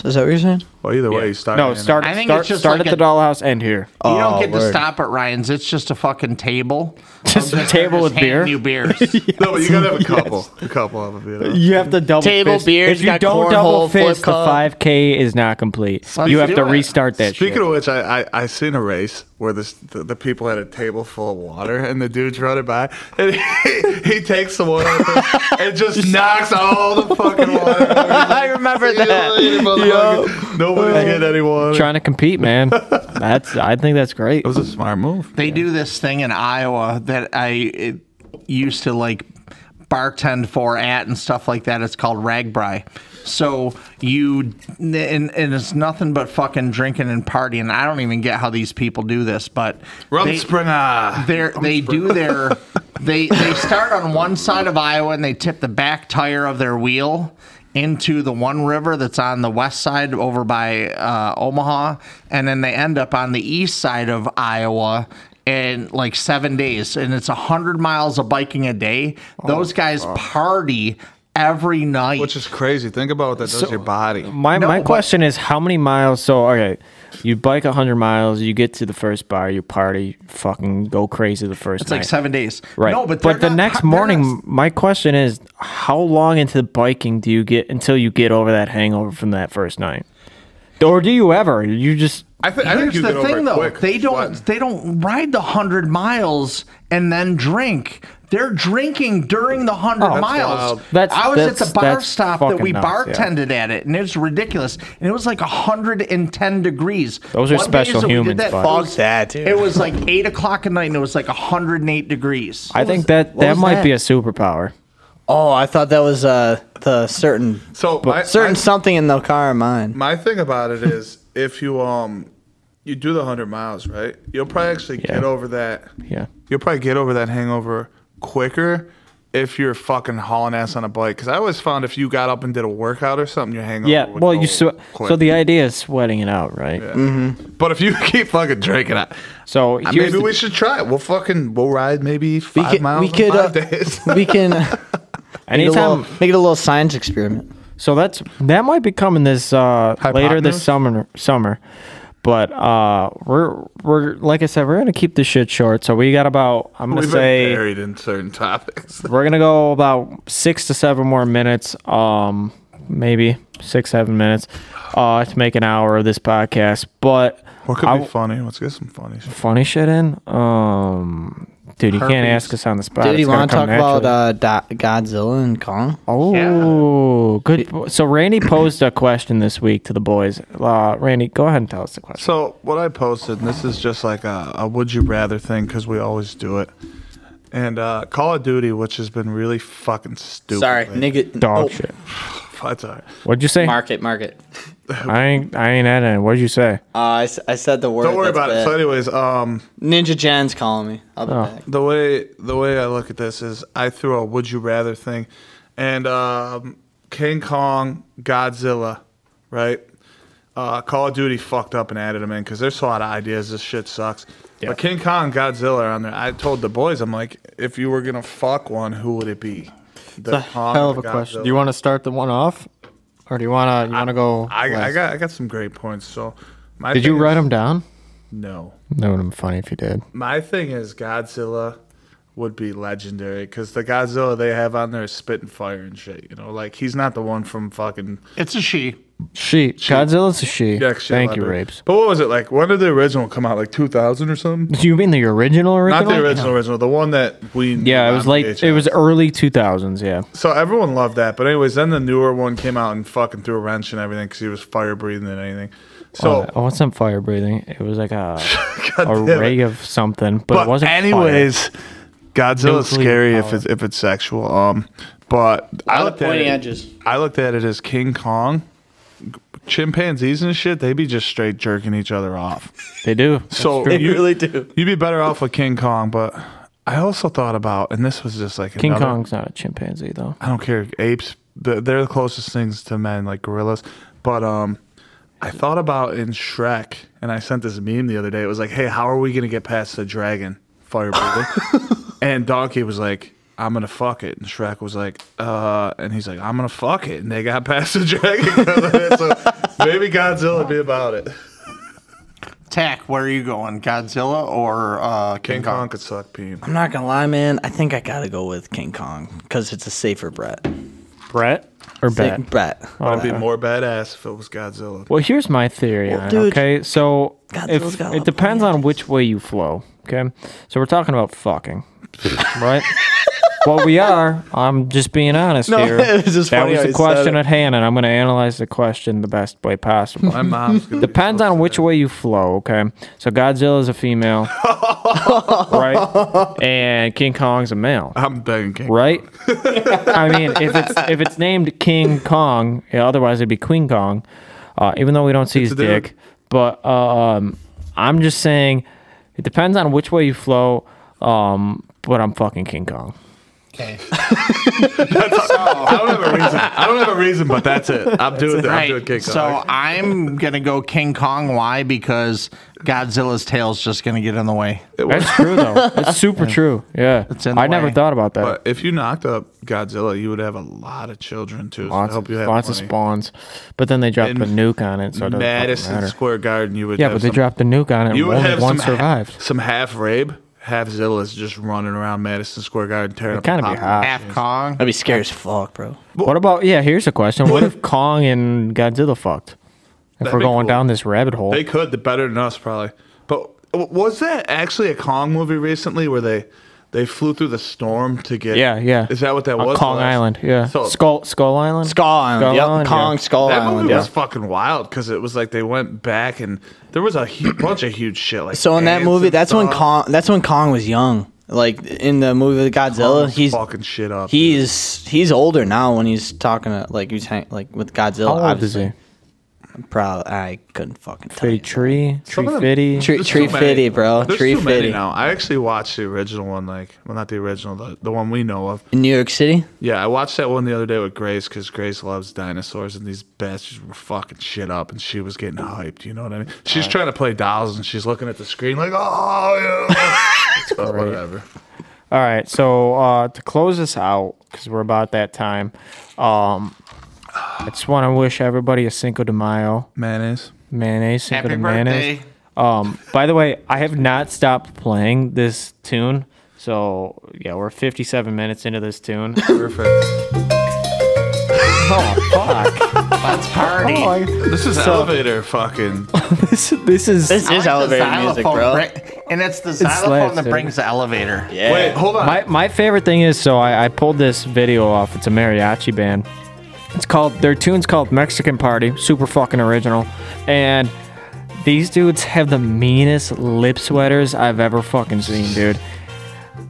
dollhouse? Is that what you're saying?
Well, either way, you start.
no
in it.
start
I think
start,
it's just
start
like
at the
a- Oh.
dollhouse end here
you don't get to
word.
stop at Ryan's. It's just a fucking table.
Just a
They're
table with
just handing
beer.
You beers.
No, but you gotta have a couple. A couple of them. You know?
You have to double
Table
fist.
beers,
If
you
you
got
don't double
cornhole, flip
fist, the
cup.
five k is not complete. you have
do
to
it.
restart that.
Speaking
shit.
of which, I, I I seen a race where this the, the people had a table full of water and the dude's running by and he, he takes the water and just knocks all the fucking water. I
remember that.
Nobody's getting any water.
trying to compete, man. that's I think that's great.
it was a smart move.
They do this thing in Iowa that I it used to like bartend for at and stuff like that. It's called ragbri. So you and, and it's nothing but fucking drinking and partying. I don't even get how these people do this, but they,
Rumspringer.
they're, they do their they they start on one side of Iowa and they tip the back tire of their wheel into the one river that's on the west side over by uh, Omaha, and then they end up on the east side of Iowa. In like seven days, and it's a hundred miles of biking a day. Those guys party every night.
Oh, Which is crazy. Think about what that does to your body.
My
No,
my
but-
question is how many miles? So okay, you bike hundred miles, you get to the first bar, you party, fucking go crazy the first
it's
night.
like seven days.
Right.
No, but
the
they're not
next
par- they're
morning,
not-
my question is, how long into the biking do you get until you get over that hangover from that first night? Or do you ever? You just
I, th- I think
Here's
you get
the
over
thing,
it
though.
quick.
They don't.
Sweating.
They don't ride the hundred miles and then drink. They're drinking during the hundred
that's
miles.
wild.
That's-
I was at
that's-
the bar
that's
stop that
fucking
we
nuts, yeah.
bartended at it, and it was ridiculous. And it was like hundred and ten degrees.
Those are
One day
special
that we did
humans,
That,
bud.
it
Fuck
was-
that, dude.
It was like eight o'clock at night, and it was like hundred and eight degrees.
I think that
what
that
was
might
that?
be a superpower.
Oh, I thought that was uh the certain
So my,
certain
my,
something in the car of mine.
my thing about it is if you um you do the hundred miles right, you'll probably actually
Yeah.
get over that.
Yeah.
You'll probably get over that hangover quicker if you're fucking hauling ass on a bike. Because I always found if you got up and did a workout or something, your hangover.
Yeah,
would
well,
go
you swe-
quick. Mm-hmm.
so the idea is sweating it out, right?
But if you keep fucking drinking, I,
So
I-
here's
Uh, maybe
the,
we should try it. We'll fucking we'll ride maybe
We
five
could,
miles
we
in
could
five
uh,
days.
we can uh, make, it a little,
anytime.
make it a little science experiment.
So that's that might be coming this uh, later this
Hypotenuse?
summer. Summer, but uh, we're we're like I said, we're gonna keep this shit short. So we got about I'm gonna
We've
say
been buried in certain topics.
we're gonna go about six to seven more minutes. Um, maybe six, seven minutes uh, to make an hour of this podcast. But
What could
I
be
w-
funny? Let's get some funny. shit.
funny shit in? Um, dude, you can't
Herpes.
ask us on the spot.
Dude,
It's
you
gonna
want to
come
talk about
naturally.
uh, Do- Godzilla and Kong?
Oh, good. po- So Randy posed a question this week to the boys. Uh, Randy, go ahead and tell us the question.
So what I posted, and this is just like a, a would you rather thing because we always do it. And uh, Call of Duty, which has been really fucking stupid.
Sorry,
lately.
nigga.
Dog
oh,
shit.
That's all right.
What'd you say?
Market, market.
I ain't, I ain't at it. What'd you say?
Uh, I, s- I said the word.
Don't worry
that's
about it.
bad.
So, anyways, um,
Ninja Jan's calling me. I'll be back.
the way the way I look at this is I threw a would you rather thing, and um, King Kong, Godzilla, right? Uh, Call of Duty fucked up and added them in because there's a lot of ideas. This shit sucks. But King Kong, Godzilla are on there. I told the boys, I'm like, if you were gonna fuck one, who would it be? The Kong
Hell
or
of a
Godzilla?
question. Do you want to start the one off, or do you want to you want to go?
I, I
last?
got I got some great points. So, my
Did you
thing
write
is-
them down?
No.
That would have been funny if you did.
My thing is Godzilla would be legendary because the Godzilla they have on there is spitting fire and shit. You know, like he's not the one from fucking
It's a she.
She. Godzilla's a she.
Jack shit
Thank you,
library.
Rapes.
But what was it like? When did the original come out? Like two thousand or something?
Do you mean the original original?
Not the original, original. The one that we
Yeah, it was
on
late. It
VHS.
was early 2000s. Yeah.
so everyone loved that. But anyways, then the newer one came out and fucking threw a wrench and everything because he was fire breathing and anything. So
Oh, what's some fire breathing? It was like a, a
damn it.
ray of something, but,
but
it wasn't. fire.
anyways, Godzilla's
Nuclear
scary if
power.
it's if it's sexual. Um, but I looked at
pointy
it-
edges.
I looked at it as King Kong. Chimpanzees and shit, they be just straight jerking each other off.
they do.
so
They
you,
really do.
you'd be better off with King Kong, but I also thought about, and this was just like
King
another-
Kong's not a chimpanzee though.
I don't care. Apes, th- they're the closest things to men, like gorillas. But um, I thought about in Shrek, and I sent this meme the other day. It was like, "Hey, how are we gonna get past the dragon fire breathing?" and Donkey was like, "I'm gonna fuck it," and Shrek was like, "Uh," and he's like, "I'm gonna fuck it," and they got past the dragon. so maybe Godzilla would be about it.
Tack, where are you going? Godzilla or uh, King,
King
Kong?
Kong could suck peen.
I'm not gonna lie, man. I think I gotta go with King Kong because it's a safer Brett.
Brett or Bet.
Brett.
I'd be more badass if it was Godzilla.
Well, here's my theory on it,
dude,
okay? So
Godzilla's
if,
got a lot
it
of
depends on which way you flow, okay? So we're talking about fucking, right? well, we are. I'm just being honest
No,
here.
it was just
that
funny
was
how
the
you said
question
it.
at hand, and I'm going to analyze the question the best way possible.
My mom's gonna be
Depends
so
on which
sad.
way you flow, okay? So Godzilla's a female, right? And King Kong's a male,
I'm begging King.
right? I mean, if it's if it's named King Kong, yeah, otherwise it'd be Queen Kong. Uh, even though we don't see
It's
his
a dude.
dick, but um, I'm just saying, it depends on which way you flow. Um, but I'm fucking King Kong.
Okay.
I don't have a reason. I don't have a reason, but that's it. I'm doing that. I'm doing King Kong.
So I'm gonna go King Kong. Why? Because Godzilla's tail's just gonna get in the way.
That's true though. That's super true. Yeah,
in the
I never
way.
thought about that.
but if you knocked up Godzilla, you would have a lot of children too. So I
Lots,
hope
of,
you have
lots of
plenty.
spawns, but then they dropped
In
a nuke on it, so it doesn't fucking
Madison
matter.
Square Garden, you would.
Yeah,
have
but they
some,
dropped a nuke on it, and
You would
only
have
one
some,
survived.
some half rabe, half zillas just running around Madison Square Garden tearing up.
kinda be
popcorn.
hot.
Half Kong.
That'd be scary as fuck, bro.
What about yeah? Here's a question: What if Kong and Godzilla fucked? If
That'd
we're
be
going
cool.
down this rabbit hole,
They could. They're better than us probably. But w- was that actually a Kong movie recently where they? They flew through the storm to get.
yeah, yeah.
Is that what that
Uh,
was?
Kong
The last-
Island, yeah.
So
Skull Skull Island.
Skull Island.
Skull
yep.
Island,
Kong
yeah.
Skull
That
Island.
movie
yeah.
was fucking wild because it was like they went back and there was a hu bunch of huge shit. Like
So in that
ants
movie,
and
that's when
stuff.
Kong. That's when Kong was young. Like in the movie with
Kong
Godzilla,
was
he's
fucking shit up.
he's he's older now when he's talking to like he's hang, like with Godzilla.
How old is
obviously,
he?
I'm proud. I couldn't fucking tell.
Fitty
You.
Tree, Tree
Some of them-
Fitty.
Tree,
There's
tree
too many.
fitty, bro.
There's
tree
too many
fitty.
now. I actually watched the original one, like well, not the original, the, the one we know of.
In New York City.
Yeah, I watched that one the other day with Grace because Grace loves dinosaurs and these bastards were fucking shit up and she was getting hyped. You know what I mean? She's trying to play dolls and she's looking at the screen like, oh, yeah. but whatever.
All right, so uh, to close this out, because we're about that time, um, I just want to wish everybody a Cinco de Mayo,
Mayonnaise.
mayonnaise,
Happy
Cinco de mayonnaise.
birthday.
Um, by the way, I have not stopped playing this tune. So yeah, we're 57 minutes into this tune.
Perfect.
oh, fuck. Fuck.
Let's party.
Oh, I-
This is elevator fucking.
this, this is.
This
I like
is
the
elevator music,
xylophone
bro.
bri- and it's the xylophone
slaps,
that
dude.
brings the elevator.
Yeah.
Wait, hold on.
My, my favorite thing is so I, I pulled this video off. It's a mariachi band. It's called their tune's called Mexican Party. Super fucking original. And these dudes have the meanest lip sweaters I've ever fucking seen, dude.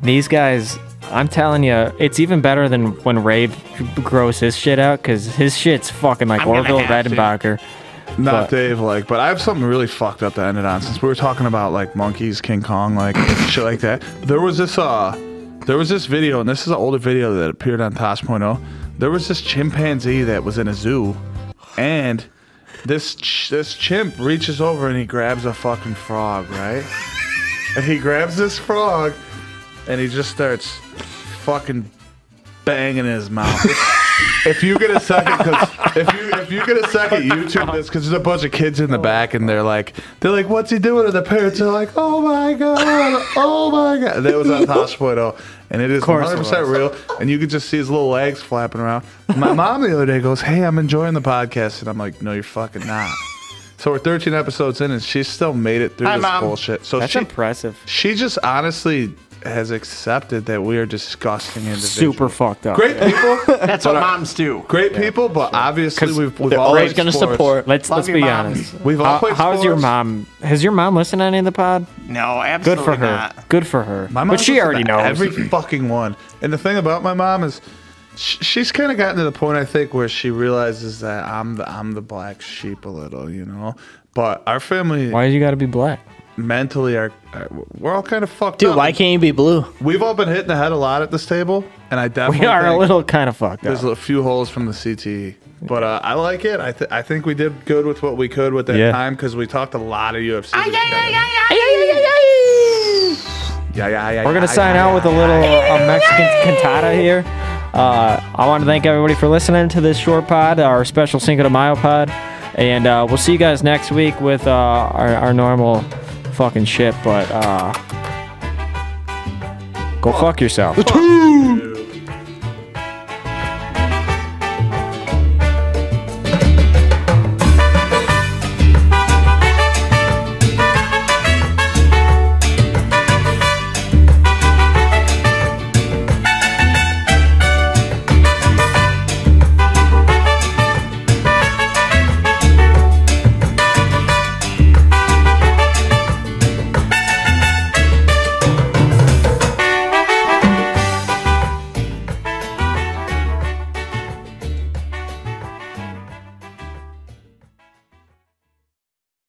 These guys, I'm telling you, it's even better than when Rave grows his shit out because his shit's fucking like
I'm gonna
Orville
have to.
Redenbacher.
Not
But-
Dave, like, but I have something really fucked up to end it on. Since we were talking about like monkeys, King Kong, like shit like that. There was this uh, there was this video, and this is an older video that appeared on Tosh.0. There was this chimpanzee that was in a zoo, and this ch- this chimp reaches over and he grabs a fucking frog, right? and he grabs this frog, and he just starts fucking banging in his mouth. if you get a second, because if you if you get a second, YouTube this because there's a bunch of kids in the back and they're like they're like, "What's he doing?" And the parents are like, "Oh my god, oh my god." That was on Hospital, and it is 100 percent real. And you can just see his little legs flapping around. My mom the other day goes, "Hey, I'm enjoying the podcast," and I'm like, "No, you're fucking not." So we're 13 episodes in, and she still made it through
Hi,
this
Mom.
bullshit. So
That's
she,
impressive.
she just honestly has accepted that we are disgusting individuals.
Super fucked up.
Great people,
That's what moms do.
great people, but obviously we've, we've
They're
all
always
played
going to
sports.
support.
Let's
Love
let's
your
be
mom.
honest.
We've all
How-
played
how's your
sports.
mom? Has your mom listened to any of the pod?
No,
Good
absolutely
for her.
not.
Good for her.
My mom
but she
listens to
already knows.
every fucking one. And the thing about my mom is, sh- she's kind of gotten to the point I think where she realizes that I'm the I'm the black sheep a little, you know. But our family
Why you got to be black?
mentally are are- we're all kind of fucked
Dude,
up.
why can't you be blue?
We've all been hit in the head a lot at this table, and I definitely
We are a
think-
little kind of fucked
There's
up.
a few holes from the CTE, but uh, I like it. I, th- I think we did good with what we could with that
Yeah.
time because we talked a lot of UFC. Yeah, yeah, yeah,
We're gonna
yeah,
sign
yeah,
out
yeah.
with a little uh, Mexican cantata here. Uh, I want to thank everybody for listening to this short pod, our special Cinco de Mayo pod, and uh, we'll see you guys next week with uh, our, our normal fucking shit. But uh, go fuck yourself.